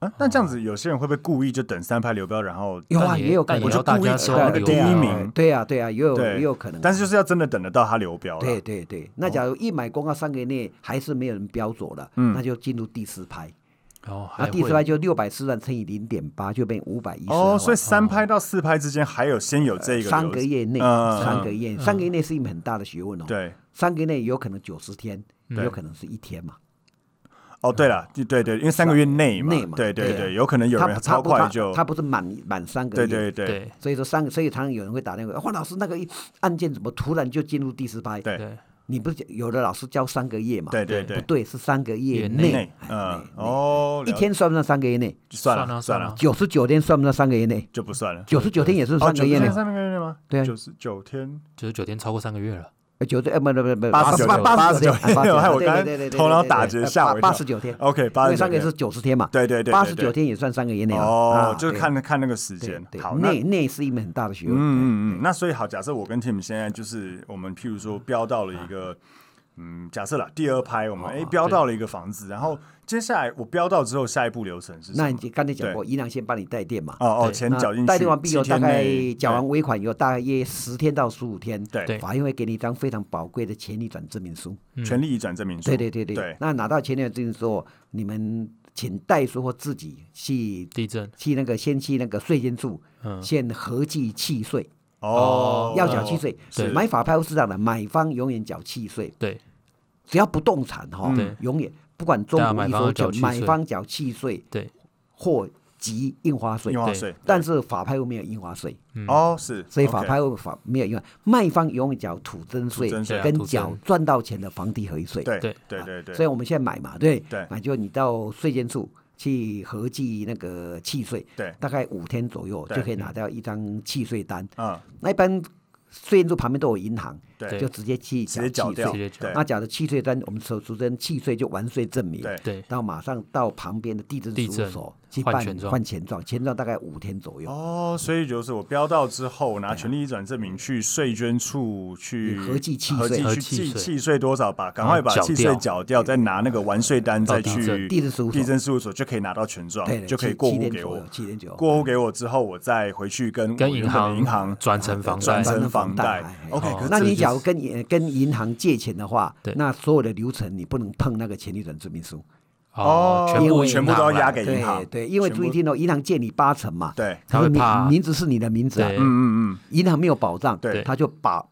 [SPEAKER 1] 啊，那这样子，有些人会不会故意就等三拍流标，然后
[SPEAKER 3] 有啊，
[SPEAKER 2] 但也
[SPEAKER 3] 也有
[SPEAKER 2] 但
[SPEAKER 3] 可能
[SPEAKER 2] 也要
[SPEAKER 3] 啊。
[SPEAKER 2] 大
[SPEAKER 1] 故意
[SPEAKER 2] 家
[SPEAKER 1] 只
[SPEAKER 2] 收
[SPEAKER 1] 要
[SPEAKER 2] 到
[SPEAKER 1] 那个
[SPEAKER 2] 流
[SPEAKER 1] 第一
[SPEAKER 2] 标啊
[SPEAKER 1] 名
[SPEAKER 3] 对啊，对啊，也有
[SPEAKER 1] 对
[SPEAKER 3] 也有可能啊。
[SPEAKER 1] 但是就是哦要真的等得到他流标了。
[SPEAKER 3] 对对对，那假如一买公告啊三个月内还是没有人标准了，
[SPEAKER 1] 嗯
[SPEAKER 3] 那就进入第四拍，
[SPEAKER 2] 然后
[SPEAKER 3] 那
[SPEAKER 2] 哦还
[SPEAKER 3] 第四
[SPEAKER 2] 哎会
[SPEAKER 3] 拍就六百四万乘以零点八，就变五百一十
[SPEAKER 1] 哦，所以三拍到四拍之间还有先有这个
[SPEAKER 3] 三
[SPEAKER 1] 流
[SPEAKER 3] 个月内，
[SPEAKER 1] 嗯
[SPEAKER 3] 三个月，三个月内是一门很大的学问哦。，
[SPEAKER 1] 对。
[SPEAKER 3] 三个月内有可能九十天，
[SPEAKER 2] 嗯
[SPEAKER 3] 也
[SPEAKER 1] 对
[SPEAKER 3] 有可能是一天嘛。
[SPEAKER 1] 哦，对了，对对对，因为三个月内嘛，
[SPEAKER 3] 内嘛
[SPEAKER 1] 对对
[SPEAKER 3] 对啊
[SPEAKER 1] 对，有可能有
[SPEAKER 3] 他
[SPEAKER 1] 人
[SPEAKER 3] 他
[SPEAKER 1] 超
[SPEAKER 3] 不
[SPEAKER 1] 快
[SPEAKER 3] 他
[SPEAKER 1] 就，
[SPEAKER 3] 他不是满满三个
[SPEAKER 1] 对
[SPEAKER 3] 月，
[SPEAKER 1] 对对
[SPEAKER 2] 对
[SPEAKER 3] 所以说三个，所以常常有人会打电话，黄老师那个一案件怎么突然就进入第十拍？
[SPEAKER 1] 对
[SPEAKER 2] 对
[SPEAKER 3] 你不是有的老师教三个月嘛？
[SPEAKER 1] 对对
[SPEAKER 3] 不
[SPEAKER 1] 对，
[SPEAKER 3] 对，是三个月
[SPEAKER 2] 月
[SPEAKER 3] 内，
[SPEAKER 1] 内
[SPEAKER 3] 哎
[SPEAKER 1] 嗯
[SPEAKER 3] 内
[SPEAKER 1] 哦，
[SPEAKER 3] 一
[SPEAKER 1] 了
[SPEAKER 3] 天算不算三个月内？
[SPEAKER 1] 算
[SPEAKER 2] 算
[SPEAKER 1] 了
[SPEAKER 2] 了
[SPEAKER 1] 算
[SPEAKER 2] 算
[SPEAKER 1] 了
[SPEAKER 2] 了，
[SPEAKER 3] 九十九天算不算三个月内？
[SPEAKER 1] 就不算了。
[SPEAKER 3] 九十九天也是
[SPEAKER 1] 哦，
[SPEAKER 3] 三
[SPEAKER 1] 九
[SPEAKER 3] 个
[SPEAKER 1] 十
[SPEAKER 3] 月内
[SPEAKER 1] 天
[SPEAKER 3] 嘛？
[SPEAKER 1] 三个月内吗？
[SPEAKER 3] 对啊
[SPEAKER 1] 九十九天，
[SPEAKER 2] 九十九天超过三个月了，
[SPEAKER 3] 九十哎不不不不
[SPEAKER 1] 八十九
[SPEAKER 3] 八八十九
[SPEAKER 1] 天
[SPEAKER 3] 八十九
[SPEAKER 1] 害我
[SPEAKER 3] 对
[SPEAKER 1] 刚才
[SPEAKER 3] 对对对对
[SPEAKER 1] 头脑
[SPEAKER 3] 对
[SPEAKER 1] 打
[SPEAKER 3] 对
[SPEAKER 1] 结
[SPEAKER 3] 对
[SPEAKER 1] 吓
[SPEAKER 3] 八
[SPEAKER 1] 我一
[SPEAKER 3] 八
[SPEAKER 1] 跳
[SPEAKER 3] 十九天
[SPEAKER 1] OK，八
[SPEAKER 3] 因
[SPEAKER 1] 十九
[SPEAKER 3] 为三个
[SPEAKER 1] 天
[SPEAKER 3] 月是九十天嘛，
[SPEAKER 1] 对对对对
[SPEAKER 3] 八十九
[SPEAKER 1] 对
[SPEAKER 3] 天也算三个月内了
[SPEAKER 1] 哦，
[SPEAKER 3] 啊
[SPEAKER 1] 就是
[SPEAKER 3] 对
[SPEAKER 1] 看看那个时
[SPEAKER 3] 对
[SPEAKER 1] 间
[SPEAKER 3] 对。
[SPEAKER 1] 好，那
[SPEAKER 3] 内内是一门很大的学
[SPEAKER 1] 嗯
[SPEAKER 3] 问，
[SPEAKER 1] 嗯嗯，那所以好，假设我跟 Tim 现在就是我们譬如说标到了一个，
[SPEAKER 3] 啊
[SPEAKER 1] 嗯，假设了第二拍，我
[SPEAKER 3] 哦
[SPEAKER 1] 们哎标到了一个房子，然后接下来我标到之后，下一步流程是什
[SPEAKER 3] 那你
[SPEAKER 1] 么？
[SPEAKER 3] 就刚才讲过，银行先帮你带电嘛，
[SPEAKER 1] 哦哦，
[SPEAKER 2] 对
[SPEAKER 1] 钱
[SPEAKER 3] 那
[SPEAKER 1] 缴进去，
[SPEAKER 3] 带电完毕
[SPEAKER 1] 七
[SPEAKER 3] 以后，大
[SPEAKER 1] 天
[SPEAKER 3] 概
[SPEAKER 1] 内
[SPEAKER 3] 缴完尾款以后，大约十天到十五天，
[SPEAKER 1] 对对
[SPEAKER 2] 对
[SPEAKER 3] 法院会给你一张非常宝贵的权利转证明书，
[SPEAKER 1] 权利移转证明书，
[SPEAKER 3] 对对对
[SPEAKER 1] 对，
[SPEAKER 3] 那拿到权利转证明书后，你们请代书或自己去
[SPEAKER 2] 地震
[SPEAKER 3] 去那个先去那个税监处，
[SPEAKER 2] 嗯
[SPEAKER 3] 先合计契税。
[SPEAKER 1] 哦，
[SPEAKER 3] 要缴契税，
[SPEAKER 1] 是
[SPEAKER 3] 买法拍屋市场的买方永远缴契税，
[SPEAKER 2] 对
[SPEAKER 3] 只要不动产哈
[SPEAKER 2] 对，
[SPEAKER 3] 永远不管中
[SPEAKER 2] 对啊
[SPEAKER 3] 国
[SPEAKER 2] 买
[SPEAKER 3] 一
[SPEAKER 2] 方
[SPEAKER 3] 说
[SPEAKER 2] 要缴
[SPEAKER 3] 就
[SPEAKER 2] 契
[SPEAKER 3] 买
[SPEAKER 2] 税
[SPEAKER 3] 方缴契税
[SPEAKER 2] 对
[SPEAKER 3] 或及印花税
[SPEAKER 1] 印，花
[SPEAKER 2] 对
[SPEAKER 1] 税，
[SPEAKER 3] 但是法拍屋没有印花税，
[SPEAKER 1] 哦是，
[SPEAKER 3] 所以
[SPEAKER 1] OK
[SPEAKER 3] 法拍屋法没有印花，卖方永远缴土增税
[SPEAKER 1] 土增税
[SPEAKER 2] 啊
[SPEAKER 3] 跟
[SPEAKER 2] 土增
[SPEAKER 3] 缴赚到钱的房地合一税。
[SPEAKER 1] 对
[SPEAKER 2] 对
[SPEAKER 1] 对对对，嗯
[SPEAKER 3] 啊所以我们现在买嘛，对，
[SPEAKER 1] 对
[SPEAKER 3] 买就你到税监处去合计那个契税，
[SPEAKER 1] 对
[SPEAKER 3] 大概五天左右
[SPEAKER 1] 对
[SPEAKER 3] 就可以拿到一张契税单。
[SPEAKER 1] 嗯
[SPEAKER 3] 那一般税监处旁边都有银行，
[SPEAKER 1] 对
[SPEAKER 3] 就直接去
[SPEAKER 1] 直接缴
[SPEAKER 3] 契税
[SPEAKER 1] 掉，
[SPEAKER 2] 直接
[SPEAKER 1] 对
[SPEAKER 2] 缴
[SPEAKER 1] 哦对
[SPEAKER 3] 那假如契税单，我们所俗称契税就完税证明，
[SPEAKER 1] 对
[SPEAKER 2] 对
[SPEAKER 3] 然后马上到旁边的地震
[SPEAKER 2] 地
[SPEAKER 3] 事务
[SPEAKER 2] 震
[SPEAKER 3] 所去
[SPEAKER 2] 换
[SPEAKER 3] 办
[SPEAKER 2] 权状
[SPEAKER 3] 换钱状，钱状大概五天左右，
[SPEAKER 1] 哦，所以就是我标到之后，拿权利移转证明去税捐处去
[SPEAKER 3] 你合计契
[SPEAKER 1] 合
[SPEAKER 3] 税
[SPEAKER 1] 计
[SPEAKER 2] 合
[SPEAKER 1] 去
[SPEAKER 2] 计
[SPEAKER 1] 计
[SPEAKER 2] 税
[SPEAKER 1] 契税多少吧，赶
[SPEAKER 2] 然后
[SPEAKER 1] 快把
[SPEAKER 2] 缴
[SPEAKER 1] 契
[SPEAKER 2] 掉
[SPEAKER 1] 税缴掉，再拿那个完税单
[SPEAKER 2] 到
[SPEAKER 1] 再
[SPEAKER 2] 地
[SPEAKER 1] 去
[SPEAKER 2] 政
[SPEAKER 3] 地质事务所
[SPEAKER 1] 地政事务所就可以拿到权状
[SPEAKER 3] 对，的，
[SPEAKER 1] 就可以
[SPEAKER 3] 七
[SPEAKER 1] 过
[SPEAKER 3] 七
[SPEAKER 1] 户
[SPEAKER 3] 天
[SPEAKER 1] 给
[SPEAKER 3] 左
[SPEAKER 1] 我
[SPEAKER 3] 右，。七天左右。
[SPEAKER 1] 过户给我之后，我再回去跟我
[SPEAKER 2] 跟
[SPEAKER 1] 原
[SPEAKER 2] 银
[SPEAKER 1] 本的
[SPEAKER 2] 行
[SPEAKER 1] 银行
[SPEAKER 2] 转成房贷
[SPEAKER 1] 转，成
[SPEAKER 3] 成
[SPEAKER 1] 房
[SPEAKER 3] 房
[SPEAKER 1] 贷
[SPEAKER 3] 贷。哎
[SPEAKER 1] OK，
[SPEAKER 2] 哦
[SPEAKER 1] 可
[SPEAKER 3] 那
[SPEAKER 1] 这
[SPEAKER 3] 你
[SPEAKER 1] 就是
[SPEAKER 3] 假如跟银跟银行借钱的话
[SPEAKER 2] 对，
[SPEAKER 3] 那所有的流程你不能碰那个权利转证明书。
[SPEAKER 1] 哦
[SPEAKER 2] 全部
[SPEAKER 3] 因为
[SPEAKER 2] 银
[SPEAKER 3] 全部
[SPEAKER 2] 行
[SPEAKER 1] 都要
[SPEAKER 2] 来
[SPEAKER 1] 押给银行
[SPEAKER 3] 对对，因为
[SPEAKER 1] 全
[SPEAKER 3] 注意
[SPEAKER 1] 部
[SPEAKER 3] 听哦，银行借你八成嘛，
[SPEAKER 1] 对，
[SPEAKER 2] 他会
[SPEAKER 3] 你
[SPEAKER 2] 怕
[SPEAKER 3] 名字是你的名字啊，
[SPEAKER 2] 对
[SPEAKER 1] 嗯嗯嗯，
[SPEAKER 3] 银行没有保障
[SPEAKER 1] 对，
[SPEAKER 3] 他就把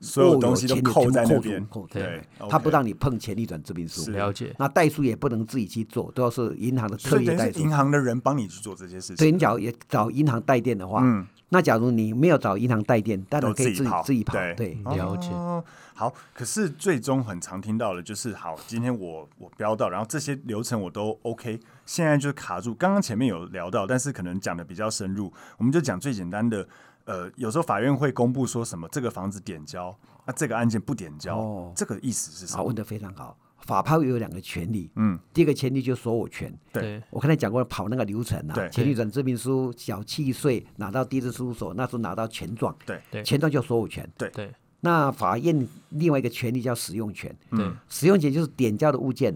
[SPEAKER 1] 所有东西都
[SPEAKER 3] 哦钱
[SPEAKER 1] 扣在那
[SPEAKER 3] 扣住
[SPEAKER 1] 边，
[SPEAKER 3] 扣住
[SPEAKER 1] 对，
[SPEAKER 3] 他不
[SPEAKER 1] OK
[SPEAKER 3] 让你碰权利转证明书
[SPEAKER 1] 是。
[SPEAKER 2] 了解，
[SPEAKER 3] 那代书也不能自己去做，都要是银行的
[SPEAKER 1] 所
[SPEAKER 3] 特
[SPEAKER 1] 以
[SPEAKER 3] 约
[SPEAKER 1] 等
[SPEAKER 3] 代
[SPEAKER 1] 于是
[SPEAKER 3] 书
[SPEAKER 1] 银。行的人帮你去做这些事
[SPEAKER 3] 所以
[SPEAKER 1] 情。
[SPEAKER 3] 你假如也找银行代垫的话，
[SPEAKER 1] 嗯，
[SPEAKER 3] 那假如你没有找银行代垫，当然
[SPEAKER 1] 都
[SPEAKER 3] 可以
[SPEAKER 1] 自己
[SPEAKER 3] 自己
[SPEAKER 1] 跑
[SPEAKER 3] 自己跑
[SPEAKER 1] 对。
[SPEAKER 3] 对，
[SPEAKER 2] 了解
[SPEAKER 1] 哦。好，可是最终很常听到的就是，好，今天我我标到，然后这些流程我都 OK，现在就是卡住。刚刚前面有聊到，但是可能讲的比较深入，我们就讲最简单的。呃，有时候法院会公布说什么这个房子点交，那、这个案件不点交，
[SPEAKER 3] 哦
[SPEAKER 1] 这个意思是什
[SPEAKER 3] 好，
[SPEAKER 1] 么？
[SPEAKER 3] 问得非常好。法拍有两个权利，
[SPEAKER 1] 嗯，
[SPEAKER 3] 第一个权利就是所有权。
[SPEAKER 1] 对
[SPEAKER 2] 对
[SPEAKER 3] 我刚才讲过跑那个流程
[SPEAKER 1] 对
[SPEAKER 3] 啊，权利转证明书、小契税拿到地质事务所，那时候拿到权状，
[SPEAKER 1] 对
[SPEAKER 2] 对
[SPEAKER 3] 权状叫所有权。
[SPEAKER 2] 对
[SPEAKER 3] 那法院另外一个权利叫使用权，
[SPEAKER 1] 嗯
[SPEAKER 2] 对，
[SPEAKER 3] 使用权就是点交的物件，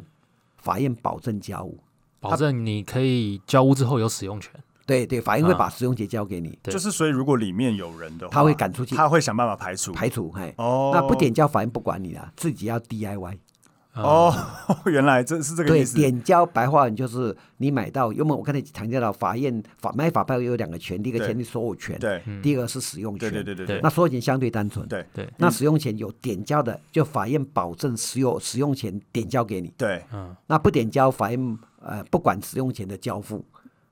[SPEAKER 3] 法院保证交物。
[SPEAKER 2] 保证你可以交屋之后有使用权，
[SPEAKER 3] 对对，法院会
[SPEAKER 2] 啊
[SPEAKER 3] 把使用权交给你，
[SPEAKER 2] 对
[SPEAKER 1] 就是所以如果里面有人的话，
[SPEAKER 3] 他会赶出去
[SPEAKER 1] 他会想办法排除。
[SPEAKER 3] 排除。嘿，
[SPEAKER 1] 哦，
[SPEAKER 3] 那不点交，法院不管你了，自己要 DIY。
[SPEAKER 2] 嗯，
[SPEAKER 1] 哦， 原来这是这个
[SPEAKER 3] 对，
[SPEAKER 1] 意思。
[SPEAKER 3] 点交白话文就是你买到，因为我刚才强调了，法院法买法拍有两个权，第一个
[SPEAKER 1] 对
[SPEAKER 3] 权利所有权，
[SPEAKER 1] 对
[SPEAKER 3] 第二个是使用
[SPEAKER 1] 对
[SPEAKER 3] 权。
[SPEAKER 1] 对对对对
[SPEAKER 3] 那所有权相对单纯，
[SPEAKER 1] 对
[SPEAKER 2] 对
[SPEAKER 3] 那使用权有点交的，就法院保证使用使用权点交给你，
[SPEAKER 1] 对，
[SPEAKER 3] 那不点交，法院呃不管使用权的交付。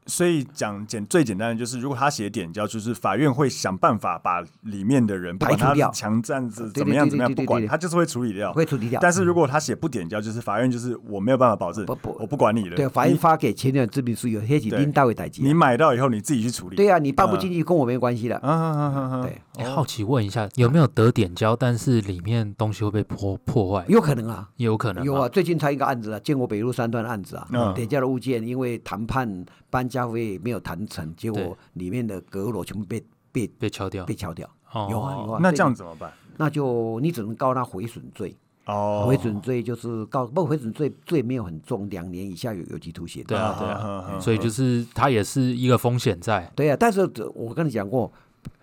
[SPEAKER 1] 所以讲简最简单的就是，如果他写点交，就是法院会想办法把里面的人，不
[SPEAKER 3] 排
[SPEAKER 1] 管
[SPEAKER 3] 除
[SPEAKER 1] 他
[SPEAKER 3] 掉
[SPEAKER 1] 强占是
[SPEAKER 3] 对
[SPEAKER 1] 怎么样怎么样，
[SPEAKER 3] 对对对
[SPEAKER 1] 不
[SPEAKER 3] 对
[SPEAKER 1] 管
[SPEAKER 3] 对对
[SPEAKER 1] 他就是会处理掉。
[SPEAKER 3] 会处理掉。
[SPEAKER 1] 哦
[SPEAKER 3] 嗯
[SPEAKER 1] 但是如果他写不点交，就是法院就是我没有办法保证
[SPEAKER 3] 不不，
[SPEAKER 1] 我不管你了。
[SPEAKER 3] 对，法院发给前任证明书有些是
[SPEAKER 1] 对
[SPEAKER 3] 拎到位代
[SPEAKER 1] 你你嗯
[SPEAKER 3] 金。
[SPEAKER 1] 买到以后你自己去处理。
[SPEAKER 3] 对啊，你办不进去跟我没关系的。
[SPEAKER 1] 啊啊啊啊！啊
[SPEAKER 3] 对，
[SPEAKER 2] 哎好奇问一下，有没有得点交，但是里面东西会被破破坏？
[SPEAKER 3] 有可能啊，
[SPEAKER 2] 也有可能
[SPEAKER 3] 有
[SPEAKER 2] 吗
[SPEAKER 3] 啊，，最近才一个案子啊，建国北路三段案子啊，
[SPEAKER 1] 嗯
[SPEAKER 3] 点交的物件因为谈判搬家费没有谈成，结
[SPEAKER 2] 对
[SPEAKER 3] 果里面的阁楼全部被被
[SPEAKER 2] 被敲掉
[SPEAKER 3] 被。敲掉。
[SPEAKER 2] 哦，
[SPEAKER 3] 有啊有啊，
[SPEAKER 1] 那
[SPEAKER 3] 对
[SPEAKER 1] 这样怎么办？
[SPEAKER 3] 那就你只能告他毁损罪，
[SPEAKER 1] 哦，
[SPEAKER 3] 毁损罪就是告不过毁损罪罪没有很重，两年以下有有期徒刑。
[SPEAKER 2] 对啊对
[SPEAKER 1] 啊啊啊
[SPEAKER 2] 啊，所以就是它也是一个风险在，
[SPEAKER 3] 对啊，但是我跟你讲过。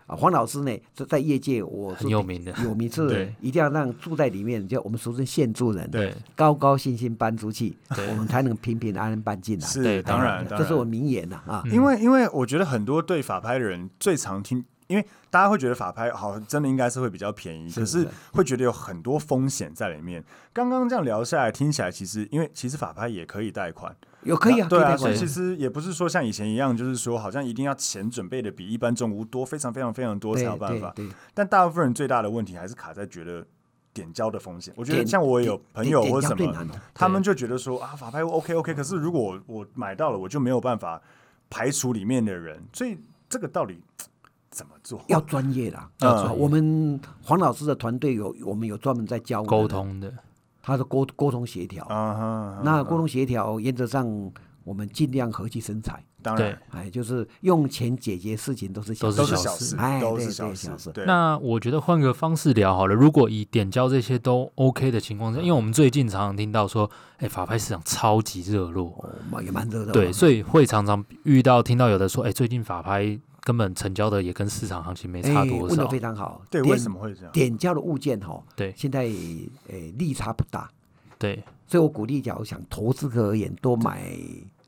[SPEAKER 3] 啊，黄老师呢，这在业界我是
[SPEAKER 2] 很有名的。
[SPEAKER 3] 有名
[SPEAKER 1] 对
[SPEAKER 3] 是一定要让住在里面，就我们俗称现住人，
[SPEAKER 1] 对，
[SPEAKER 3] 高高兴兴搬出去，
[SPEAKER 2] 对
[SPEAKER 3] 我们才能平平安安搬进来。
[SPEAKER 1] 是
[SPEAKER 2] 对
[SPEAKER 1] 当然，嗯当
[SPEAKER 3] 这
[SPEAKER 1] 然
[SPEAKER 3] 是我名言呐啊！
[SPEAKER 1] 因为因为我觉得很多对法拍的人最常听，因为大家会觉得法拍好，真的应该是会比较便宜，
[SPEAKER 3] 是
[SPEAKER 1] 可是
[SPEAKER 3] 是
[SPEAKER 1] 会觉得有很多风险在里面。刚刚这样聊下来，听起来其实因为其实法拍也可以贷款，
[SPEAKER 3] 有可以
[SPEAKER 1] 那
[SPEAKER 3] 啊，可
[SPEAKER 1] 对
[SPEAKER 3] 以
[SPEAKER 1] 啊，
[SPEAKER 3] 贷
[SPEAKER 1] 所
[SPEAKER 3] 款
[SPEAKER 1] 以
[SPEAKER 3] 啊
[SPEAKER 1] 其实也不是说像以前一样，就是说好像一定要钱准备的比一般中屋多，非常非常非常多才
[SPEAKER 3] 对
[SPEAKER 1] 有办法。
[SPEAKER 3] 对对
[SPEAKER 1] 但大部分人最大的问题还是卡在觉得点交的风险。我觉得
[SPEAKER 3] 点
[SPEAKER 1] 像我有朋友
[SPEAKER 3] 点
[SPEAKER 1] 或什
[SPEAKER 3] 点交最
[SPEAKER 1] 么嗯
[SPEAKER 3] 难，哦的
[SPEAKER 1] 他们就觉得说啊，法拍 OK OK，可是如果我我买到了，我就没有办法排除里面的人，所以这个到底嘖怎么做？
[SPEAKER 3] 要专业啦。
[SPEAKER 1] 嗯
[SPEAKER 3] 啊我们黄老师的团队有我们有专门在教我们的
[SPEAKER 2] 沟，通的，
[SPEAKER 3] 他是沟沟通协调。
[SPEAKER 1] 啊哈，
[SPEAKER 3] 那沟通协调原则上我们尽量和气生财，
[SPEAKER 1] 当
[SPEAKER 2] 对
[SPEAKER 1] 然。
[SPEAKER 3] 哎，就是用钱解决事情都是小
[SPEAKER 2] 都
[SPEAKER 1] 都是
[SPEAKER 2] 是小
[SPEAKER 1] 小
[SPEAKER 2] 事
[SPEAKER 1] 事，
[SPEAKER 3] 哎
[SPEAKER 1] 都是
[SPEAKER 3] 对
[SPEAKER 1] 小
[SPEAKER 3] 对
[SPEAKER 1] 事
[SPEAKER 3] 小。事
[SPEAKER 1] 对，
[SPEAKER 2] 那我觉得换个方式聊好了。如果以点交这些都 OK 的情况下，因为我们最近常常听到说，哎，法拍市场超级热络，
[SPEAKER 3] 哦，蛮也蛮热的。
[SPEAKER 2] 对，所以会常常遇到听到有的说，哎，最近法拍根本成交的也跟市场行情没
[SPEAKER 3] 哎
[SPEAKER 2] 差多
[SPEAKER 3] 问
[SPEAKER 2] 少
[SPEAKER 3] 的，非常好。
[SPEAKER 1] 对，
[SPEAKER 3] 点
[SPEAKER 1] 为什么会这样？
[SPEAKER 3] 点交的物件哈、
[SPEAKER 2] 对
[SPEAKER 3] 现在诶利差不大，
[SPEAKER 2] 对
[SPEAKER 3] 所以我鼓励，假如想投资客而言，多买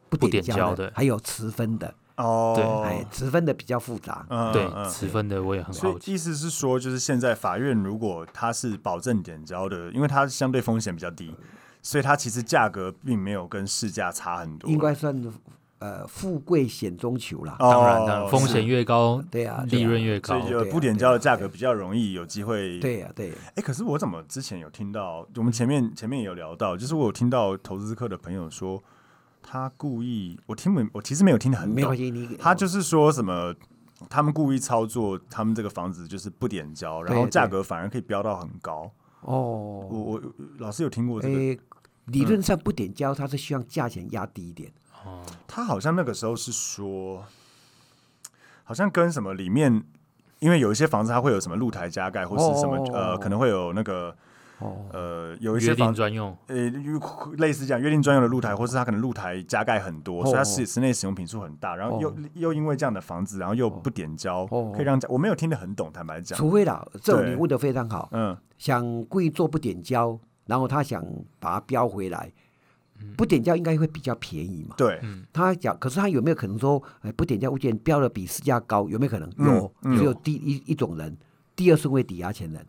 [SPEAKER 3] 不
[SPEAKER 2] 不
[SPEAKER 3] 点
[SPEAKER 2] 点
[SPEAKER 3] 交
[SPEAKER 2] 交的
[SPEAKER 3] 还有持分的，
[SPEAKER 1] 哦，
[SPEAKER 3] 哎，持分的比较复杂。
[SPEAKER 1] 嗯
[SPEAKER 2] 对，持分的我也很
[SPEAKER 1] 所
[SPEAKER 2] 好奇，
[SPEAKER 1] 以意思是说，就是现在法院如果它是保证点交的，因为它相对风险比较低，所以它其实价格并没有跟市价差很多。
[SPEAKER 3] 应该算呃富贵险中求啦。
[SPEAKER 1] 哦嗯
[SPEAKER 2] 当然当然，风
[SPEAKER 1] 是
[SPEAKER 2] 险越高，
[SPEAKER 3] 对啊对啊
[SPEAKER 2] 利润越
[SPEAKER 1] 所
[SPEAKER 2] 高
[SPEAKER 1] 以，就
[SPEAKER 3] 对啊
[SPEAKER 1] 不点交的价格比较容易有机会。，
[SPEAKER 3] 对呀、对呀、啊
[SPEAKER 1] 哎，可是我怎么之前有听到，我们前面前面也有聊到，就是我有听到投资客的朋友说，他故意，我听没，我其实没有听得很
[SPEAKER 3] 没
[SPEAKER 1] 懂，
[SPEAKER 3] 关系，你
[SPEAKER 1] 他就是说什么。他们故意操作，他们这个房子就是不点交，然后
[SPEAKER 3] 对
[SPEAKER 1] 价
[SPEAKER 3] 对
[SPEAKER 1] 格反而可以飙到很高。我
[SPEAKER 3] 哦，
[SPEAKER 1] 我老师有听过这个
[SPEAKER 3] 诶，理论上不点交，它是希望价钱压低一点，
[SPEAKER 2] 哦，
[SPEAKER 1] 他好像那个时候是说，好像跟什么里面，因为有一些房子它会有什么露台加盖，或是什么
[SPEAKER 3] 哦哦哦
[SPEAKER 1] 呃，可能会有那个
[SPEAKER 3] 哦，
[SPEAKER 1] 呃，有一些
[SPEAKER 2] 约定
[SPEAKER 1] 房
[SPEAKER 2] 专用，
[SPEAKER 1] 呃类似这样约定专用的露台，或是它可能露台加盖很多，所以它
[SPEAKER 3] 哦
[SPEAKER 1] 室室内使用频数很大，然后又、
[SPEAKER 3] 哦
[SPEAKER 1] 又因为这样的房子，然后又不点交，
[SPEAKER 3] 哦
[SPEAKER 1] 可以让家我没有听得很懂，坦白讲，
[SPEAKER 3] 除非啦，这种
[SPEAKER 1] 对
[SPEAKER 3] 你问的非常好，
[SPEAKER 1] 嗯，
[SPEAKER 3] 想故意做不点交，然后他想把它标回来，不点交应该会比较便宜嘛。
[SPEAKER 1] 对，
[SPEAKER 2] 嗯，
[SPEAKER 3] 他讲，可是他有没有可能说，哎，不点交物件标的比市价高，有没有可能？
[SPEAKER 1] 嗯
[SPEAKER 3] 有，
[SPEAKER 1] 嗯
[SPEAKER 3] 只有第一一种人，第二顺位抵押权人，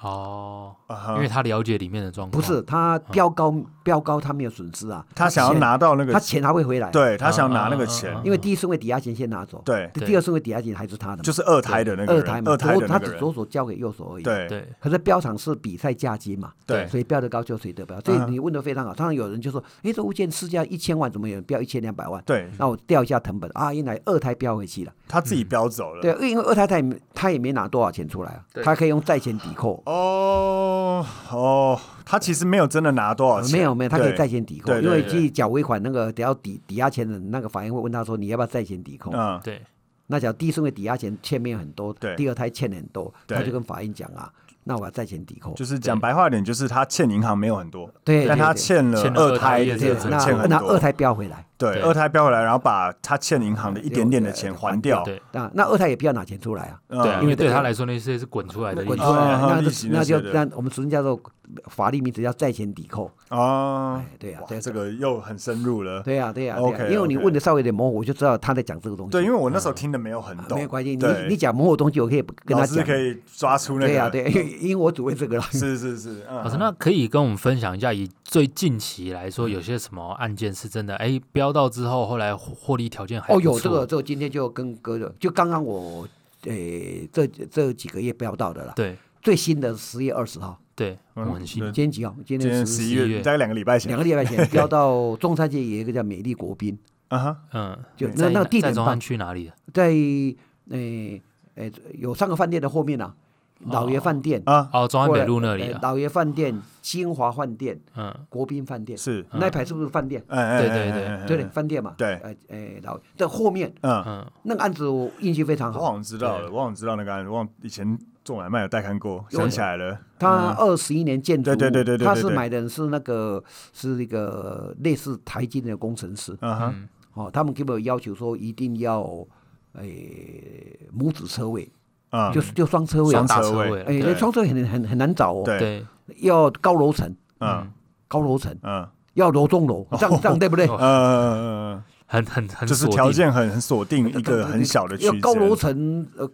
[SPEAKER 2] 哦，
[SPEAKER 1] 啊
[SPEAKER 2] 因
[SPEAKER 1] 哈
[SPEAKER 2] 为他了解里面的状
[SPEAKER 3] 不
[SPEAKER 2] 况，
[SPEAKER 3] 是他标高标高，他没有损失啊，
[SPEAKER 1] 他想要
[SPEAKER 3] 钱，
[SPEAKER 1] 拿到那
[SPEAKER 3] 他
[SPEAKER 1] 个，
[SPEAKER 3] 钱还会回来，，
[SPEAKER 1] 对他想要拿那个
[SPEAKER 2] 啊啊啊啊
[SPEAKER 1] 钱，
[SPEAKER 3] 因为第一顺位抵押权先拿走，
[SPEAKER 1] 对，
[SPEAKER 3] 第
[SPEAKER 2] 对
[SPEAKER 3] 第二顺位抵押权还是他的嘛，
[SPEAKER 1] 就是二胎的那个
[SPEAKER 3] 二
[SPEAKER 1] 人
[SPEAKER 3] 胎嘛，
[SPEAKER 1] 二胎
[SPEAKER 3] 左
[SPEAKER 1] 的那
[SPEAKER 3] 他
[SPEAKER 1] 个
[SPEAKER 3] 只
[SPEAKER 1] 人，
[SPEAKER 3] 左手交给右手而已，。
[SPEAKER 1] 对，
[SPEAKER 2] 对，
[SPEAKER 3] 可是标场是比赛价金嘛，
[SPEAKER 1] 对
[SPEAKER 3] 所以标的高就谁得标。所
[SPEAKER 1] 嗯
[SPEAKER 3] 以你问的非常好。常常有人就说：“哎，这物件市价一千万，怎么有人标一千两百万？”
[SPEAKER 1] 对
[SPEAKER 3] 那我调一下成本啊，原来二胎标回去了。
[SPEAKER 1] 他自己标走了，
[SPEAKER 3] 对，啊因为二胎他也没他也没拿多少钱出来啊，他可以用债权抵扣。
[SPEAKER 1] 哦哦，他其实没有真的拿多少钱，
[SPEAKER 3] 呃没有没有，他可以
[SPEAKER 1] 哦对
[SPEAKER 3] 债权抵扣，
[SPEAKER 1] 对对
[SPEAKER 3] 因为
[SPEAKER 1] 对
[SPEAKER 3] 去缴尾款那个，只要抵抵押钱的那个法院会问他说你要不要债权抵扣？
[SPEAKER 1] 嗯，
[SPEAKER 2] 对，
[SPEAKER 3] 那假如第一顺位抵押钱欠面很多
[SPEAKER 1] 对，
[SPEAKER 3] 第二胎欠很多，
[SPEAKER 1] 对
[SPEAKER 3] 他就跟法院讲啊，那我要债权抵扣。
[SPEAKER 1] 就是讲白话一点，就是他欠银行没有很多，
[SPEAKER 3] 对，
[SPEAKER 1] 但他
[SPEAKER 3] 对
[SPEAKER 1] 欠了
[SPEAKER 2] 欠了
[SPEAKER 1] 二
[SPEAKER 2] 二胎
[SPEAKER 1] 胎
[SPEAKER 2] 也
[SPEAKER 1] 的
[SPEAKER 2] 是
[SPEAKER 3] 对
[SPEAKER 1] 这种
[SPEAKER 2] 很
[SPEAKER 3] 那
[SPEAKER 1] 欠很
[SPEAKER 3] 那
[SPEAKER 1] 多，
[SPEAKER 3] 二胎标回来，
[SPEAKER 1] 对
[SPEAKER 2] 对
[SPEAKER 1] 二胎标回来，然后把他欠银行的一点点的钱还掉，
[SPEAKER 2] 对，
[SPEAKER 3] 那那二胎也不要拿钱出来啊。
[SPEAKER 1] 嗯
[SPEAKER 2] 对啊，因为对
[SPEAKER 3] 对
[SPEAKER 2] 他来说那些是滚出来的意
[SPEAKER 3] 滚
[SPEAKER 2] 思
[SPEAKER 3] 出来
[SPEAKER 1] 啊
[SPEAKER 3] 啊，那
[SPEAKER 1] 利
[SPEAKER 3] 就
[SPEAKER 1] 息那
[SPEAKER 3] 那就
[SPEAKER 1] 些的
[SPEAKER 3] 那我们俗称叫做法律名词叫债前抵扣。
[SPEAKER 1] 哦
[SPEAKER 3] 哎，对啊
[SPEAKER 1] 哇
[SPEAKER 3] 对啊
[SPEAKER 1] 这个又很深入了，
[SPEAKER 3] 对啊呀，对呀，对呀，
[SPEAKER 1] OK，
[SPEAKER 3] 因为你
[SPEAKER 1] OK
[SPEAKER 3] 问的稍微有点模糊，我就知道他在讲这个东西。
[SPEAKER 1] 对，因为我那时候听的没有很
[SPEAKER 3] 啊
[SPEAKER 1] 懂，
[SPEAKER 3] 没有关系，你
[SPEAKER 1] 对
[SPEAKER 3] 你讲模糊的东西，我可以跟
[SPEAKER 1] 老
[SPEAKER 3] 他
[SPEAKER 1] 师
[SPEAKER 3] 讲。
[SPEAKER 1] 可以抓出那
[SPEAKER 3] 对呀，
[SPEAKER 1] 个，啊
[SPEAKER 3] 对 呀，因为因为我只会这个了。
[SPEAKER 1] 是是是，嗯
[SPEAKER 2] 老师，那可以跟我们分享一下，以最近期来
[SPEAKER 3] 嗯
[SPEAKER 2] 说，有些什么案件是真的哎标到之后，后来获利条件还
[SPEAKER 3] 哦，
[SPEAKER 2] 不
[SPEAKER 3] 有这
[SPEAKER 2] 错
[SPEAKER 3] 个，这个今天就跟哥的，就刚刚我诶这这几个月标到的了，
[SPEAKER 2] 对
[SPEAKER 3] 最新的十月二十号，
[SPEAKER 2] 对，我
[SPEAKER 1] 嗯
[SPEAKER 2] 们很幸
[SPEAKER 1] 对
[SPEAKER 2] 运，
[SPEAKER 3] 今天几号？
[SPEAKER 1] 今
[SPEAKER 3] 今天
[SPEAKER 1] 天
[SPEAKER 3] 十
[SPEAKER 1] 十一
[SPEAKER 2] 11
[SPEAKER 1] 月，
[SPEAKER 2] 月
[SPEAKER 1] 大概两个礼拜
[SPEAKER 3] 两
[SPEAKER 1] 前，
[SPEAKER 3] 个礼 拜前标到中山街有一个叫美丽国宾，
[SPEAKER 1] 啊哈，
[SPEAKER 2] 嗯，
[SPEAKER 3] 就
[SPEAKER 2] 在
[SPEAKER 3] 那那个地
[SPEAKER 2] 在
[SPEAKER 3] 点
[SPEAKER 2] 中
[SPEAKER 3] 办
[SPEAKER 2] 山区哪里的？啊
[SPEAKER 3] 在诶诶有三个饭店的后面啊，老爷饭店、
[SPEAKER 1] 啊
[SPEAKER 2] 哦，中山
[SPEAKER 3] 过
[SPEAKER 2] 北
[SPEAKER 3] 来
[SPEAKER 2] 路那里
[SPEAKER 3] 呃
[SPEAKER 2] 的，
[SPEAKER 3] 老爷饭店、金华饭店、
[SPEAKER 2] 嗯，
[SPEAKER 3] 国宾饭店，
[SPEAKER 1] 是，嗯
[SPEAKER 3] 那一排是不是饭店？
[SPEAKER 1] 哎哎，
[SPEAKER 2] 对
[SPEAKER 1] 哎
[SPEAKER 2] 对
[SPEAKER 1] 哎
[SPEAKER 2] 对
[SPEAKER 1] 哎哎
[SPEAKER 3] 对不对？饭店嘛。
[SPEAKER 1] 对
[SPEAKER 3] 呃呃，老在后面
[SPEAKER 1] 嗯，哦
[SPEAKER 3] 那个案子，我运气非常
[SPEAKER 1] 我
[SPEAKER 3] 好。
[SPEAKER 1] 好像知道了，我好像知道那个案子，我好像以前做买卖有带看过，
[SPEAKER 3] 有
[SPEAKER 1] 想起来了，
[SPEAKER 3] 他二十一年建筑物，
[SPEAKER 1] 嗯对对对对对对
[SPEAKER 3] 他是买的是那个是一个类似台积电的工程师
[SPEAKER 1] 嗯哼，
[SPEAKER 2] 嗯
[SPEAKER 3] 哦，他们给我要求说一定要诶、母子车位，
[SPEAKER 1] 嗯，
[SPEAKER 3] 就是就双车位啊
[SPEAKER 1] 双，
[SPEAKER 2] 大
[SPEAKER 1] 车
[SPEAKER 2] 车
[SPEAKER 1] 位
[SPEAKER 2] 位了，
[SPEAKER 3] 哎，
[SPEAKER 1] 对
[SPEAKER 3] 那双车位很很很难找哦，
[SPEAKER 1] 对
[SPEAKER 2] 对，
[SPEAKER 3] 要高楼层，
[SPEAKER 1] 嗯
[SPEAKER 3] 高楼层
[SPEAKER 1] 嗯
[SPEAKER 3] 要楼中楼，这样这样对不对？
[SPEAKER 1] 嗯嗯
[SPEAKER 2] 很很很
[SPEAKER 1] 嗯，就是
[SPEAKER 2] 锁
[SPEAKER 1] 条
[SPEAKER 2] 定，
[SPEAKER 1] 件很很锁定一个很小的区
[SPEAKER 3] 要
[SPEAKER 1] 间，
[SPEAKER 3] 高楼层，呃，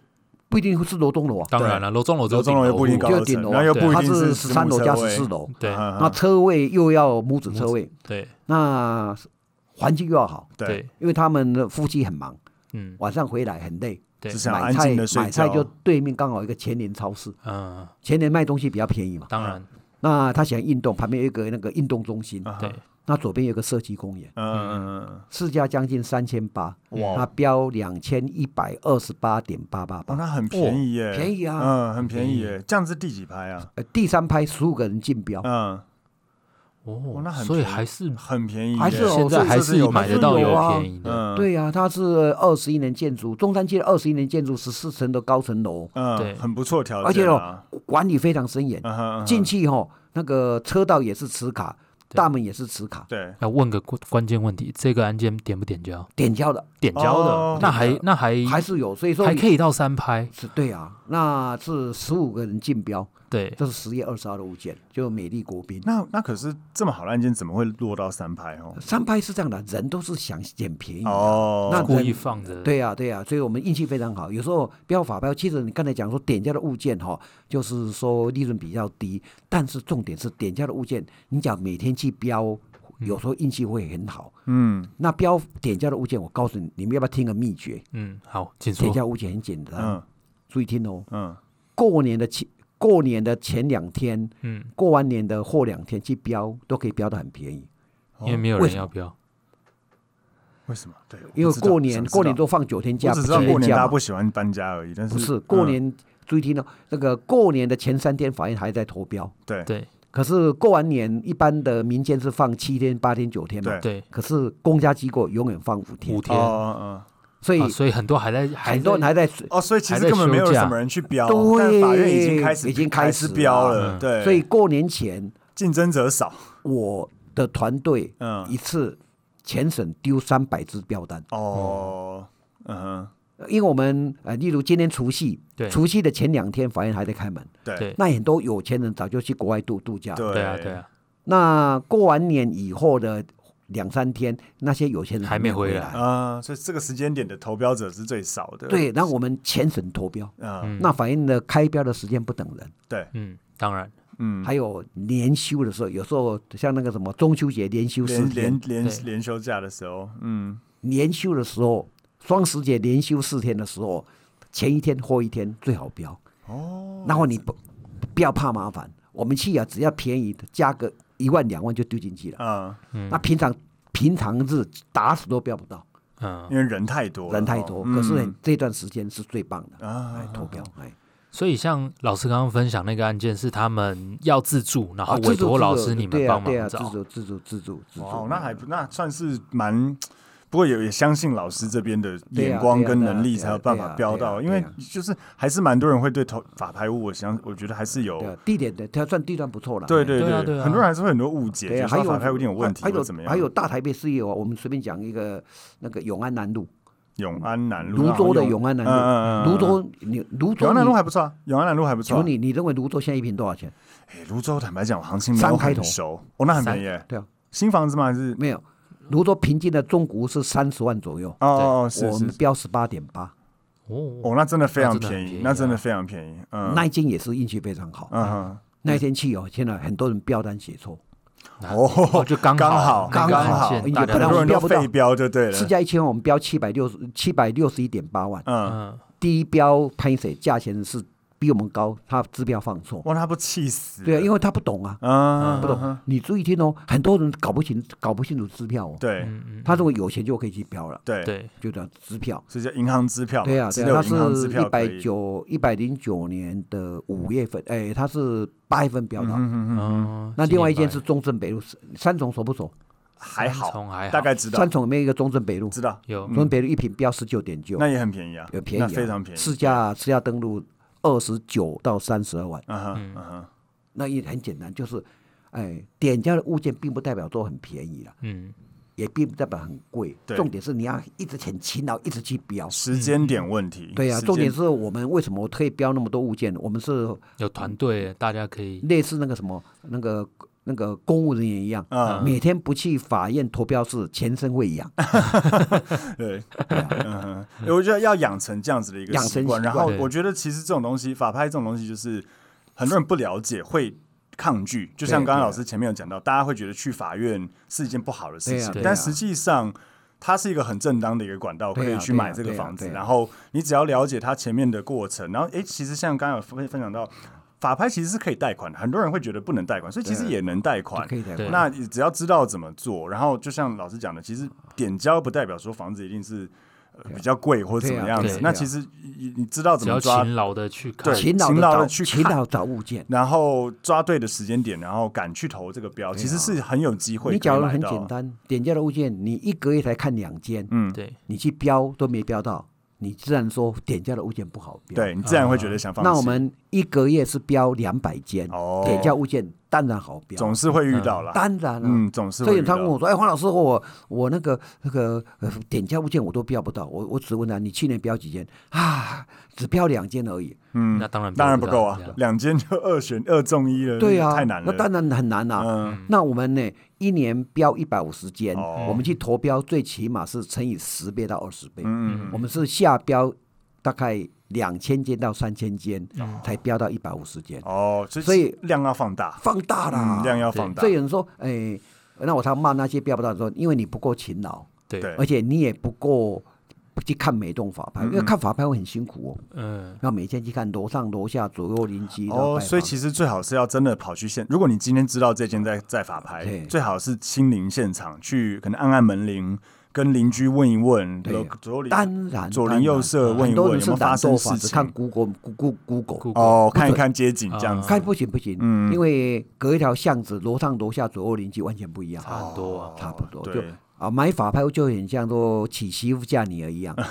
[SPEAKER 3] 不一定会是楼中楼啊，
[SPEAKER 2] 当然了，楼中楼只有
[SPEAKER 1] 楼中楼
[SPEAKER 2] 顶
[SPEAKER 1] 又不一定
[SPEAKER 2] 户
[SPEAKER 1] 高楼
[SPEAKER 3] 就顶
[SPEAKER 1] 层，
[SPEAKER 3] 楼
[SPEAKER 1] 然
[SPEAKER 3] 啊
[SPEAKER 1] 后又
[SPEAKER 2] 对
[SPEAKER 1] 不一
[SPEAKER 3] 它
[SPEAKER 1] 定
[SPEAKER 3] 是
[SPEAKER 1] 实
[SPEAKER 3] 十三
[SPEAKER 1] 木
[SPEAKER 3] 楼
[SPEAKER 1] 车
[SPEAKER 3] 加
[SPEAKER 1] 位
[SPEAKER 3] 十四，楼，
[SPEAKER 2] 对
[SPEAKER 1] 嗯
[SPEAKER 3] 那
[SPEAKER 1] 嗯
[SPEAKER 3] 车位又要母子车位，
[SPEAKER 2] 对
[SPEAKER 3] 那环境又要好，
[SPEAKER 1] 对，
[SPEAKER 2] 对，
[SPEAKER 3] 因为他们夫妻很忙，
[SPEAKER 2] 嗯
[SPEAKER 3] 晚上回来很累，
[SPEAKER 2] 对
[SPEAKER 1] 只，想
[SPEAKER 3] 买
[SPEAKER 1] 安
[SPEAKER 3] 菜
[SPEAKER 1] 静的睡
[SPEAKER 3] 买菜
[SPEAKER 1] 觉嗯
[SPEAKER 3] 就，对面刚好有一个前年超市，
[SPEAKER 2] 嗯，
[SPEAKER 3] 前年卖东西比较便宜嘛，
[SPEAKER 2] 当然
[SPEAKER 3] 那他想运动，旁边有一个那个运动中心，
[SPEAKER 1] 啊哈
[SPEAKER 2] 对，
[SPEAKER 3] 那左边有个社区公园，
[SPEAKER 1] 嗯嗯嗯
[SPEAKER 3] 市价将近三千八，
[SPEAKER 1] 嗯，
[SPEAKER 3] 他
[SPEAKER 1] 哇，
[SPEAKER 3] 标两千一百二十八点八八
[SPEAKER 1] 哦，
[SPEAKER 3] 八，
[SPEAKER 1] 那很便宜耶，
[SPEAKER 3] 便宜啊。
[SPEAKER 1] 嗯，很便宜耶，这样子第几排啊？
[SPEAKER 3] 呃，第三拍十五个人竞标，
[SPEAKER 1] 嗯，
[SPEAKER 2] 哦
[SPEAKER 1] 那很
[SPEAKER 2] 所以
[SPEAKER 1] 便宜
[SPEAKER 2] 还是
[SPEAKER 1] 嗯很便宜耶，
[SPEAKER 3] 还是哦
[SPEAKER 2] 现在
[SPEAKER 3] 所以
[SPEAKER 2] 还
[SPEAKER 1] 这是有
[SPEAKER 2] 买得到
[SPEAKER 3] 还是有啊
[SPEAKER 2] 便宜的，
[SPEAKER 1] 嗯，
[SPEAKER 3] 对呀、啊，它是二十一年建筑，中山街二十一年建筑，十四层的高层楼，
[SPEAKER 1] 嗯，
[SPEAKER 2] 对
[SPEAKER 1] 很不错条件，
[SPEAKER 3] 而且哦，管理非常森严，
[SPEAKER 1] 嗯哼，嗯哼
[SPEAKER 3] 进去吼、那个车道也是磁卡，
[SPEAKER 2] 对
[SPEAKER 3] 大门也是磁卡，
[SPEAKER 1] 对，
[SPEAKER 2] 要问个关关键问题，这个案件点不点交？
[SPEAKER 3] 点交的
[SPEAKER 2] 点交
[SPEAKER 1] 哦
[SPEAKER 2] 的，那还那还
[SPEAKER 3] 还是有，所以说
[SPEAKER 2] 哎还可以到三拍，
[SPEAKER 3] 是对啊，那是十五个人竞标，
[SPEAKER 2] 对，
[SPEAKER 3] 这是十月二十号的物件，就美丽国宾。
[SPEAKER 1] 那那可是这么好的案件怎么会落到三排哦？
[SPEAKER 3] 三拍是这样的，人都是想捡便宜。啊
[SPEAKER 1] 哦，
[SPEAKER 3] 那
[SPEAKER 2] 故意放着，
[SPEAKER 3] 对呀、啊对呀、所以我们运气非常好。有时候标法标，其实你刚才讲说点价的物件哈、就是说利润比较低，但是重点是点价的物件，你讲每天去标，有时候运气会很好。
[SPEAKER 1] 嗯
[SPEAKER 3] 那标点价的物件，我告诉你，你们要不要听个秘诀？
[SPEAKER 2] 嗯，好，请
[SPEAKER 3] 点
[SPEAKER 2] 说，
[SPEAKER 3] 价物件很简单，
[SPEAKER 1] 嗯
[SPEAKER 3] 注意听哦。
[SPEAKER 1] 嗯，
[SPEAKER 3] 过年的前过年的前两天，
[SPEAKER 2] 嗯，
[SPEAKER 3] 过完年的后两天去标，都可以标得很便宜。
[SPEAKER 2] 因为没有
[SPEAKER 3] 为
[SPEAKER 2] 人
[SPEAKER 3] 什
[SPEAKER 2] 要标，
[SPEAKER 1] 为什么？对，
[SPEAKER 3] 因
[SPEAKER 1] 我不
[SPEAKER 3] 为
[SPEAKER 1] 知道
[SPEAKER 3] 过年过
[SPEAKER 1] 想
[SPEAKER 3] 年。
[SPEAKER 1] 知道
[SPEAKER 3] 都放九天假，
[SPEAKER 1] 我只知道
[SPEAKER 3] 七
[SPEAKER 1] 过
[SPEAKER 3] 天
[SPEAKER 1] 年
[SPEAKER 3] 假
[SPEAKER 1] 大家
[SPEAKER 3] 嘛。
[SPEAKER 1] 不喜欢搬家而已，但是
[SPEAKER 3] 不
[SPEAKER 1] 不嗯
[SPEAKER 3] 是过年，注意听哦，那个过年的前三天，法院还在投标，
[SPEAKER 1] 对
[SPEAKER 2] 对，
[SPEAKER 3] 可是过完年，一般的民间是放七天、八天、九天嘛
[SPEAKER 1] 对，
[SPEAKER 2] 对，
[SPEAKER 3] 可是公家机构永远放五天
[SPEAKER 2] 五，
[SPEAKER 1] 哦
[SPEAKER 2] 天，
[SPEAKER 1] 哦
[SPEAKER 3] 所以
[SPEAKER 2] 啊所以很多还在，还
[SPEAKER 3] 很多人还在
[SPEAKER 1] 哦，所以其
[SPEAKER 2] 还
[SPEAKER 1] 实
[SPEAKER 2] 在
[SPEAKER 1] 根本没有
[SPEAKER 2] 休假
[SPEAKER 1] 什么人去标，但
[SPEAKER 3] 对
[SPEAKER 1] 法院已经开始
[SPEAKER 3] 已经
[SPEAKER 1] 开
[SPEAKER 3] 开
[SPEAKER 1] 始
[SPEAKER 3] 始
[SPEAKER 1] 标
[SPEAKER 3] 了
[SPEAKER 1] 了，
[SPEAKER 2] 嗯
[SPEAKER 1] 对，
[SPEAKER 3] 所以过年前，
[SPEAKER 1] 竞争者少，
[SPEAKER 3] 我的团队
[SPEAKER 1] 嗯
[SPEAKER 3] 一次全省丢三百只标单，
[SPEAKER 1] 哦，嗯哼，
[SPEAKER 3] 呃因为我们呃，例如今天除夕，
[SPEAKER 2] 对
[SPEAKER 3] 除夕的前两天法院还在开门，
[SPEAKER 1] 对
[SPEAKER 2] 对
[SPEAKER 3] 那很多有钱人早就去国外度度假，
[SPEAKER 1] 对
[SPEAKER 2] 对啊对啊，
[SPEAKER 3] 那过完年以后的两三天，那些有钱人
[SPEAKER 2] 还没
[SPEAKER 3] 没
[SPEAKER 2] 回
[SPEAKER 3] 回
[SPEAKER 2] 来
[SPEAKER 3] 来，
[SPEAKER 1] 啊，所以这个时间点的投标者是最少的，
[SPEAKER 3] 对，然后我们全省投标，
[SPEAKER 1] 嗯，
[SPEAKER 3] 那法院的开标的时间不等人。
[SPEAKER 1] 对，
[SPEAKER 2] 嗯，当然，
[SPEAKER 1] 嗯，
[SPEAKER 3] 还有年休的时候，有时候像那个什么中秋节连休四
[SPEAKER 1] 连
[SPEAKER 3] 天
[SPEAKER 1] 连，连
[SPEAKER 2] 对
[SPEAKER 1] 连休假的时候，嗯，
[SPEAKER 3] 年休的时候，双十节连休四天的时候，前一天或一天最好标。
[SPEAKER 1] 哦，
[SPEAKER 3] 然后你不不要怕麻烦，我们去啊，只要便宜的加个一万两万就丢进去了。
[SPEAKER 1] 啊，
[SPEAKER 3] 那平常平常日打死都标不到，
[SPEAKER 2] 嗯，
[SPEAKER 1] 因为人太多了，
[SPEAKER 3] 人太多。
[SPEAKER 1] 哦
[SPEAKER 3] 可是
[SPEAKER 1] 嗯
[SPEAKER 3] 这段时间是最棒的，哎
[SPEAKER 1] 啊，，
[SPEAKER 3] 投标哎，
[SPEAKER 2] 所以像老师刚刚分享那个案件，是他们要自助，然后
[SPEAKER 3] 啊
[SPEAKER 2] 委
[SPEAKER 3] 自助
[SPEAKER 2] 托
[SPEAKER 3] 自
[SPEAKER 2] 老
[SPEAKER 3] 助
[SPEAKER 2] 师你们
[SPEAKER 3] 对啊
[SPEAKER 2] 帮
[SPEAKER 3] 对啊
[SPEAKER 2] 忙
[SPEAKER 3] 自
[SPEAKER 2] 找，
[SPEAKER 3] 助自助自助自助，
[SPEAKER 1] 哦，那还
[SPEAKER 3] 啊
[SPEAKER 1] 不那算是蛮，不过也也相信老师这边的
[SPEAKER 3] 对啊
[SPEAKER 1] 眼光
[SPEAKER 3] 对啊
[SPEAKER 1] 跟
[SPEAKER 3] 对啊
[SPEAKER 1] 能力
[SPEAKER 3] 对啊
[SPEAKER 1] 才有办法标到，
[SPEAKER 3] 对啊对啊
[SPEAKER 1] 因为
[SPEAKER 3] 对啊
[SPEAKER 1] 就是还是蛮多人会对投法拍屋，我想我觉得还是有
[SPEAKER 3] 对，啊，地点的它算地段不错了，
[SPEAKER 1] 对
[SPEAKER 3] 哎
[SPEAKER 1] 对
[SPEAKER 2] 对啊对啊
[SPEAKER 1] 很多人还是会很多误解，
[SPEAKER 3] 对
[SPEAKER 1] 觉
[SPEAKER 3] 呀、
[SPEAKER 1] 得
[SPEAKER 3] 还有
[SPEAKER 1] 法拍屋一定有问题，
[SPEAKER 3] 还有
[SPEAKER 1] 或怎么样？
[SPEAKER 3] 还有大台北市也有啊，我们随便讲一个那个永安南路，
[SPEAKER 1] 永安南路，
[SPEAKER 3] 泸州的
[SPEAKER 1] 然后
[SPEAKER 3] 永安
[SPEAKER 1] 嗯
[SPEAKER 3] 南路，
[SPEAKER 1] 嗯嗯，
[SPEAKER 3] 泸
[SPEAKER 1] 嗯
[SPEAKER 3] 州你�州
[SPEAKER 1] 永安南路
[SPEAKER 3] 你，
[SPEAKER 1] 还不错啊，永安南路还不
[SPEAKER 3] 请
[SPEAKER 1] 错啊
[SPEAKER 3] 问。你你认为泸州现在一瓶多少钱？
[SPEAKER 1] 哎，泸州坦白讲，我行情没有
[SPEAKER 3] 三开
[SPEAKER 1] 很
[SPEAKER 3] 头
[SPEAKER 1] 熟，哦，那很
[SPEAKER 2] 三
[SPEAKER 1] 便宜耶，
[SPEAKER 3] 对啊，
[SPEAKER 1] 新房子吗？还是
[SPEAKER 3] 没有，泸州平均的中古是三十万左右，
[SPEAKER 1] 哦哦哦是
[SPEAKER 3] 我
[SPEAKER 1] 是
[SPEAKER 3] 们，标十八点八，
[SPEAKER 2] 哦
[SPEAKER 1] 哦，那真的非常
[SPEAKER 2] 那真的很
[SPEAKER 1] 便宜
[SPEAKER 2] 便，宜
[SPEAKER 1] 那真的
[SPEAKER 2] 啊
[SPEAKER 1] 非常便宜，嗯，
[SPEAKER 3] 那一间也是运气非常好。
[SPEAKER 1] 嗯哼。
[SPEAKER 3] 那一天去哦，现在很多人标单写错，
[SPEAKER 1] 哦
[SPEAKER 3] 啊
[SPEAKER 2] 哦就刚
[SPEAKER 1] 刚
[SPEAKER 2] 好
[SPEAKER 1] 刚
[SPEAKER 2] 那个案
[SPEAKER 1] 好
[SPEAKER 2] 件
[SPEAKER 3] 也
[SPEAKER 2] 大
[SPEAKER 3] 不
[SPEAKER 1] 很多
[SPEAKER 2] 家都
[SPEAKER 3] 然
[SPEAKER 1] 人
[SPEAKER 3] 我
[SPEAKER 1] 都
[SPEAKER 3] 们标不到
[SPEAKER 1] 废标就对
[SPEAKER 3] 市
[SPEAKER 1] 了。
[SPEAKER 3] 价一千，我们标七百六十七百六十一点八万，
[SPEAKER 1] 嗯，
[SPEAKER 2] 嗯
[SPEAKER 3] 第一标拍谁价钱是比我们高，他支标放错，
[SPEAKER 1] 哇，他不气死？
[SPEAKER 3] 对啊，因
[SPEAKER 1] 为
[SPEAKER 3] 为他不懂啊，
[SPEAKER 1] 嗯，
[SPEAKER 3] 不懂。你注意听哦，很多人搞不清搞不清楚支票哦。
[SPEAKER 1] 对
[SPEAKER 2] 嗯嗯，
[SPEAKER 3] 他如果有钱就可以去标了，
[SPEAKER 1] 对，
[SPEAKER 2] 对
[SPEAKER 3] 就叫支票。
[SPEAKER 1] 所以叫银行支票嘛，
[SPEAKER 3] 对啊，
[SPEAKER 1] 只
[SPEAKER 3] 对啊，
[SPEAKER 1] 有
[SPEAKER 3] 他
[SPEAKER 1] 银行支
[SPEAKER 3] 是
[SPEAKER 1] 票
[SPEAKER 3] 一
[SPEAKER 1] 可
[SPEAKER 3] 百
[SPEAKER 1] 以。嗯
[SPEAKER 3] 九一百零九年的五月份，哎，他是八月份标到。
[SPEAKER 1] 嗯嗯嗯，
[SPEAKER 2] 嗯，
[SPEAKER 3] 那另外一件
[SPEAKER 2] 是
[SPEAKER 3] 是中正北路，三重熟不熟？
[SPEAKER 1] 还好，
[SPEAKER 2] 还好
[SPEAKER 1] 大概知道
[SPEAKER 3] 三，重有没有一个中正北路？
[SPEAKER 1] 知道，嗯
[SPEAKER 2] 有
[SPEAKER 3] 中正北路一瓶标十九点九，
[SPEAKER 1] 那也很便宜啊，
[SPEAKER 3] 有便宜
[SPEAKER 1] 那
[SPEAKER 3] 啊，
[SPEAKER 1] 非常便宜。
[SPEAKER 3] 市价市价登录二十九到三十二万，
[SPEAKER 1] 嗯哼，嗯哼，
[SPEAKER 3] 那也很简单，就是，哎，点交的物件并不代表都很便宜了，
[SPEAKER 2] 嗯
[SPEAKER 3] 也并不代表很贵，
[SPEAKER 1] 对
[SPEAKER 3] 重点是你要一直很勤劳，一直去标。
[SPEAKER 1] 时间点问题。
[SPEAKER 3] 嗯对呀、
[SPEAKER 1] 时间
[SPEAKER 3] 重点是我们为什么特意标那么多物件？我们是
[SPEAKER 2] 有团队，大家可以
[SPEAKER 3] 类似那个什么那个那个公务人员一样，
[SPEAKER 1] 啊
[SPEAKER 3] 每天不去法院投标是全身会啊痒，
[SPEAKER 1] 对，
[SPEAKER 3] 对啊
[SPEAKER 1] 嗯哼，我觉得要养成这样子的一个
[SPEAKER 3] 养成
[SPEAKER 1] 习惯。
[SPEAKER 3] 习
[SPEAKER 1] 然
[SPEAKER 3] 惯
[SPEAKER 1] 后
[SPEAKER 2] 对
[SPEAKER 1] 我觉得其实这种东西，法拍这种东西，就是很多人不了解，会抗拒。就像
[SPEAKER 3] 对
[SPEAKER 1] 刚刚
[SPEAKER 3] 对
[SPEAKER 1] 老师前面有讲到，大家会觉得去法院是一件不好的事
[SPEAKER 3] 对啊
[SPEAKER 1] 情，
[SPEAKER 3] 对啊
[SPEAKER 1] 但实际上。它是一个很正当的一个管道，可
[SPEAKER 3] 对啊
[SPEAKER 1] 以去
[SPEAKER 3] 对啊
[SPEAKER 1] 买这个
[SPEAKER 3] 对啊
[SPEAKER 1] 房子。
[SPEAKER 3] 对啊
[SPEAKER 1] 然后你只要了解它前面的过程，然后诶，其实像刚刚有分分享到，法拍其实是可以贷款的，很多人会觉得不能贷款，所以其实
[SPEAKER 3] 对啊
[SPEAKER 1] 也能贷
[SPEAKER 3] 就
[SPEAKER 1] 款
[SPEAKER 3] 可。以的
[SPEAKER 2] 对。
[SPEAKER 1] 那你只要知道怎么做，然后就像老师讲的，其实点交不代表说房子一定是、呃比较贵或者怎么样
[SPEAKER 2] 啊对啊
[SPEAKER 1] 子
[SPEAKER 2] 对。
[SPEAKER 1] 那
[SPEAKER 3] 啊
[SPEAKER 1] 其实你你知道怎
[SPEAKER 2] 只
[SPEAKER 1] 么
[SPEAKER 2] 要
[SPEAKER 1] 抓，
[SPEAKER 2] 勤劳的去看
[SPEAKER 1] 对，
[SPEAKER 3] 勤劳
[SPEAKER 1] 勤
[SPEAKER 3] 的
[SPEAKER 1] 劳地
[SPEAKER 3] 找
[SPEAKER 1] 去看
[SPEAKER 3] 勤劳找物件，
[SPEAKER 1] 然后抓对的时间点，然后敢去投这个标，
[SPEAKER 2] 啊
[SPEAKER 1] 其实是很有机会可以
[SPEAKER 3] 你假如
[SPEAKER 1] 买
[SPEAKER 3] 很
[SPEAKER 1] 到
[SPEAKER 3] 简单，点交的物件，你一个月才看两间，
[SPEAKER 1] 嗯，
[SPEAKER 2] 对
[SPEAKER 3] 你去标都没标到，你自然说点交的物件不好标。，
[SPEAKER 1] 对你自然会觉得想放弃。
[SPEAKER 3] 啊那我们一个月是标两百间，
[SPEAKER 1] 哦
[SPEAKER 3] 点交物件当然好标，
[SPEAKER 1] 总是会遇到啦，
[SPEAKER 3] 当然了、
[SPEAKER 1] 嗯，总是
[SPEAKER 3] 所
[SPEAKER 1] 会
[SPEAKER 3] 以
[SPEAKER 1] 遇
[SPEAKER 3] 他
[SPEAKER 1] 到。
[SPEAKER 3] 问我说：“哎，黄老师，我我那个那个、呃、点交物件我都标不到，我我只问他你去年标几件啊？只标两件而已。
[SPEAKER 1] 嗯，
[SPEAKER 2] 那当然
[SPEAKER 1] 当然
[SPEAKER 2] 不
[SPEAKER 1] 不
[SPEAKER 2] 到
[SPEAKER 1] 够啊
[SPEAKER 2] 这样，
[SPEAKER 1] 两间就二选二中一了，
[SPEAKER 3] 对啊，
[SPEAKER 1] 嗯太难了。
[SPEAKER 3] 那当然很难啦、
[SPEAKER 1] 嗯，
[SPEAKER 3] 那我们呢，一年标一百五十间，
[SPEAKER 1] 哦
[SPEAKER 3] 我们去投标最起码是乘以十倍到二十倍。
[SPEAKER 1] 嗯
[SPEAKER 3] 我们是下标大概两千间到三千间，才标到一百五十间，
[SPEAKER 1] 哦，所
[SPEAKER 3] 所以
[SPEAKER 1] 以量要放大，
[SPEAKER 3] 放大啦。
[SPEAKER 1] 嗯，量要放大
[SPEAKER 3] 所。以有人说，哎，那我常骂那些标不到的说，因为你不够勤劳。
[SPEAKER 1] 对嗯
[SPEAKER 2] 对，
[SPEAKER 3] 而且你也不够去看每栋法拍，因为看法拍会很辛苦哦，
[SPEAKER 2] 嗯
[SPEAKER 3] 要每天去看楼上楼下左右邻居。然后
[SPEAKER 1] 哦，
[SPEAKER 3] 拜访
[SPEAKER 1] 所以其实最好是要真的跑去现，如果你今天知道这间在在法拍
[SPEAKER 3] 对，
[SPEAKER 1] 最好是亲临现场去，可能按按门铃，跟邻居问一问，
[SPEAKER 3] 对
[SPEAKER 1] 有左邻哦
[SPEAKER 3] 当然，
[SPEAKER 1] 左
[SPEAKER 3] 当
[SPEAKER 1] 邻右
[SPEAKER 3] 然
[SPEAKER 1] 舍问
[SPEAKER 3] 很
[SPEAKER 1] 一
[SPEAKER 3] 多
[SPEAKER 1] 问
[SPEAKER 3] 人
[SPEAKER 1] 有没
[SPEAKER 3] 生
[SPEAKER 1] 有发
[SPEAKER 3] 长
[SPEAKER 1] 生
[SPEAKER 3] 痘
[SPEAKER 1] 事
[SPEAKER 3] 法只看
[SPEAKER 1] 情
[SPEAKER 3] Google Google Google，
[SPEAKER 2] Google
[SPEAKER 1] 哦，
[SPEAKER 3] 不
[SPEAKER 1] 看一
[SPEAKER 3] 准
[SPEAKER 1] 看街景这样
[SPEAKER 2] 啊
[SPEAKER 1] 子，
[SPEAKER 3] 看不行不行，
[SPEAKER 1] 嗯
[SPEAKER 3] 因为隔一条巷子，楼上楼下左右邻居完全不一样，哦
[SPEAKER 2] 差很多啊
[SPEAKER 3] 差不多就
[SPEAKER 1] 哦对
[SPEAKER 3] 啊买法拍就很像说娶媳妇嫁女儿 一样，啊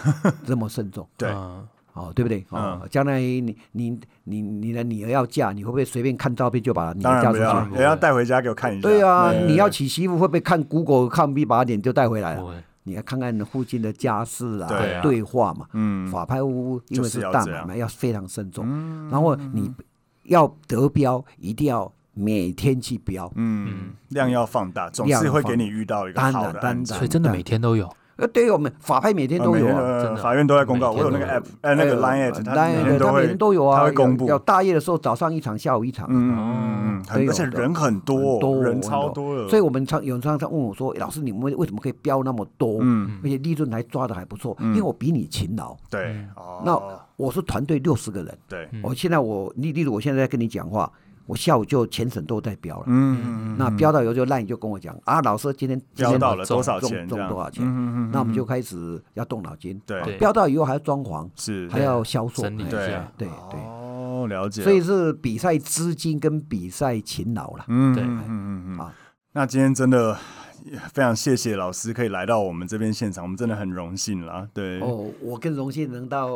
[SPEAKER 3] 这么慎重
[SPEAKER 1] 对
[SPEAKER 2] 嗯
[SPEAKER 3] 哦，对不对？
[SPEAKER 1] 嗯
[SPEAKER 3] 哦，将来你你你你的女儿要嫁，你会不会随便看照片就把女
[SPEAKER 1] 当
[SPEAKER 3] 儿
[SPEAKER 1] 然
[SPEAKER 3] 嫁
[SPEAKER 1] 不
[SPEAKER 3] 出
[SPEAKER 1] 要，啊
[SPEAKER 3] 去？
[SPEAKER 1] 人家带回家给我看一下。
[SPEAKER 3] 对啊，你要娶媳妇会不会看 Google 看 B 把脸就带回来
[SPEAKER 2] 不
[SPEAKER 3] 了？
[SPEAKER 2] 会
[SPEAKER 3] 你要看看附近的家事啊，
[SPEAKER 1] 对啊
[SPEAKER 3] 对话嘛，
[SPEAKER 1] 嗯，
[SPEAKER 3] 法拍屋因
[SPEAKER 1] 就
[SPEAKER 3] 为
[SPEAKER 1] 是
[SPEAKER 3] 是
[SPEAKER 1] 要
[SPEAKER 3] 大
[SPEAKER 1] 这样嗯
[SPEAKER 3] 买卖，要非常慎重。然后你要得标，一定要每天去标。
[SPEAKER 1] 嗯，量要放大，总
[SPEAKER 3] 量
[SPEAKER 1] 是会
[SPEAKER 3] 放
[SPEAKER 1] 给你遇到一个
[SPEAKER 3] 当
[SPEAKER 1] 好
[SPEAKER 3] 然
[SPEAKER 1] 的
[SPEAKER 3] 当
[SPEAKER 1] 案子。
[SPEAKER 3] 然
[SPEAKER 2] 所以真的
[SPEAKER 3] 对
[SPEAKER 2] 每天都有，
[SPEAKER 3] 呃，对我们法拍每天
[SPEAKER 1] 啊
[SPEAKER 3] 都
[SPEAKER 1] 每
[SPEAKER 3] 有
[SPEAKER 1] 天
[SPEAKER 3] 啊。
[SPEAKER 1] 呃
[SPEAKER 2] 真的
[SPEAKER 1] 法院都在公告，
[SPEAKER 2] 每
[SPEAKER 1] 我
[SPEAKER 2] 天
[SPEAKER 1] 有那个
[SPEAKER 2] 都有
[SPEAKER 1] app，哎，那个
[SPEAKER 3] 呃
[SPEAKER 1] Line at，它
[SPEAKER 3] 当
[SPEAKER 1] 每
[SPEAKER 3] 然
[SPEAKER 1] 天
[SPEAKER 3] 他
[SPEAKER 1] 都
[SPEAKER 3] 每
[SPEAKER 1] 会
[SPEAKER 3] 天都有啊，
[SPEAKER 1] 它会公布
[SPEAKER 3] 有有大夜的时候早上一场，下午一场。
[SPEAKER 1] 嗯嗯嗯嗯，很
[SPEAKER 3] 都
[SPEAKER 1] 而且
[SPEAKER 3] 有的
[SPEAKER 1] 人很多，
[SPEAKER 3] 很多
[SPEAKER 1] 人
[SPEAKER 3] 很
[SPEAKER 1] 超
[SPEAKER 3] 多
[SPEAKER 1] 多了，
[SPEAKER 3] 所以我们常有人常常问我说：“老师，你们为什么可以标那么多？
[SPEAKER 1] 嗯
[SPEAKER 3] 而且利润还抓的还不错，因为我比你勤劳。
[SPEAKER 1] 对哦，
[SPEAKER 3] 那我是团队六十个人，
[SPEAKER 1] 对，
[SPEAKER 3] 我现在我例例如我现在在跟你讲话，我下午就全省都在标了。
[SPEAKER 1] 嗯嗯
[SPEAKER 3] 那标到以后就烂，你就跟我讲啊，老师今天今
[SPEAKER 1] 标
[SPEAKER 3] 天
[SPEAKER 1] 到了
[SPEAKER 3] 中
[SPEAKER 1] 多少
[SPEAKER 3] 中
[SPEAKER 1] 钱这
[SPEAKER 3] 中
[SPEAKER 1] 样
[SPEAKER 3] 多少钱？
[SPEAKER 1] 嗯嗯嗯
[SPEAKER 3] 那我们就开始要动脑筋。
[SPEAKER 1] 对
[SPEAKER 3] 啊
[SPEAKER 2] 对
[SPEAKER 3] 标到以后还要装潢，
[SPEAKER 1] 是
[SPEAKER 3] 还要销售，
[SPEAKER 2] 整理一
[SPEAKER 3] 哎
[SPEAKER 1] 对
[SPEAKER 2] 下，
[SPEAKER 3] 对对，
[SPEAKER 1] 哦，了解了，
[SPEAKER 3] 所以是比赛资金跟比赛勤劳了。
[SPEAKER 1] 嗯
[SPEAKER 2] 对
[SPEAKER 1] 嗯嗯嗯嗯
[SPEAKER 3] 好。
[SPEAKER 1] 那今天真的非常谢谢老师可以来到我们这边现场，我们真的很荣幸啦。对，
[SPEAKER 3] 哦，我更荣幸能到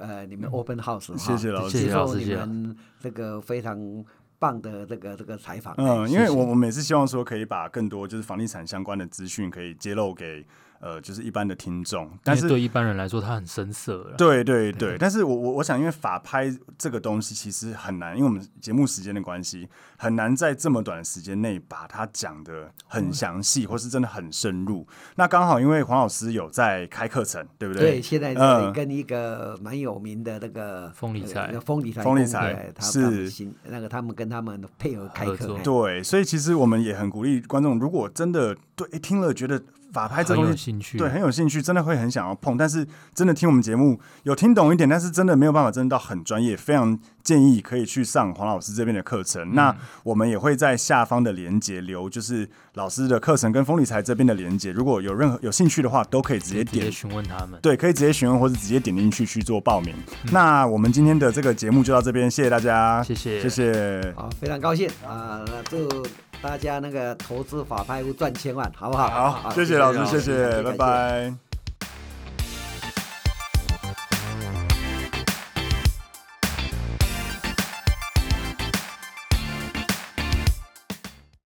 [SPEAKER 3] 呃你们 Open House，哈
[SPEAKER 1] 嗯谢谢老师
[SPEAKER 2] 谢
[SPEAKER 3] 接
[SPEAKER 2] 谢老
[SPEAKER 3] 受
[SPEAKER 2] 师
[SPEAKER 3] 你
[SPEAKER 2] 谢谢
[SPEAKER 3] 们这个非常棒的这个这个采访。
[SPEAKER 1] 嗯，
[SPEAKER 3] 哎
[SPEAKER 1] 因为我
[SPEAKER 3] 谢谢
[SPEAKER 1] 我们也是希望说，可以把更多就是房地产相关的资讯可以揭露给呃，就是一般的听众。但
[SPEAKER 2] 因为
[SPEAKER 1] 是，
[SPEAKER 2] 对一般人来说，它很生涩了。
[SPEAKER 1] 对对对，但是我我我想，因为法拍这个东西其实很难，因为我们节目时间的关系，很难在这么短的时间内把它讲的很详细，或是真的很深入。那刚好因为黄老师有在开课程，对不
[SPEAKER 3] 对，
[SPEAKER 1] 对？
[SPEAKER 3] 现在
[SPEAKER 1] 嗯
[SPEAKER 3] 跟一个蛮有名的那个
[SPEAKER 2] 风理财
[SPEAKER 3] 呃风理财
[SPEAKER 1] 风理
[SPEAKER 3] 公司
[SPEAKER 1] 财
[SPEAKER 3] 对他
[SPEAKER 1] 是
[SPEAKER 3] 他们新那个他们跟他们配合开
[SPEAKER 2] 合
[SPEAKER 3] 课
[SPEAKER 2] 作，
[SPEAKER 3] 哎
[SPEAKER 1] 对，所以其实我们也很鼓励观众，如果真的对诶听了觉得法拍这
[SPEAKER 2] 很
[SPEAKER 1] 东
[SPEAKER 2] 有
[SPEAKER 1] 西
[SPEAKER 2] 兴趣，
[SPEAKER 1] 对，很有兴趣，真的会很想要碰，但是真的听我们节目有听懂一点，但是真的没有办法真的到很专业，非常建议可以去上黄老师这边的课程。
[SPEAKER 2] 嗯
[SPEAKER 1] 那我们也会在下方的连接留，就是老师的课程跟风理财这边的连接，如果有任何有兴趣的话，都可以直
[SPEAKER 2] 可
[SPEAKER 1] 接
[SPEAKER 2] 以直
[SPEAKER 1] 点
[SPEAKER 2] 接询问他们。
[SPEAKER 1] 对，可以直接询问或者直接点进去去做报名。那我们今天的这个节目就到这边，谢谢大家，
[SPEAKER 2] 嗯谢谢
[SPEAKER 1] 谢谢，
[SPEAKER 3] 好，非常高兴啊！那祝大家那个投资法拍屋赚千万，好不好？
[SPEAKER 1] 好，谢谢老师，谢谢，拜
[SPEAKER 3] 感
[SPEAKER 1] 拜。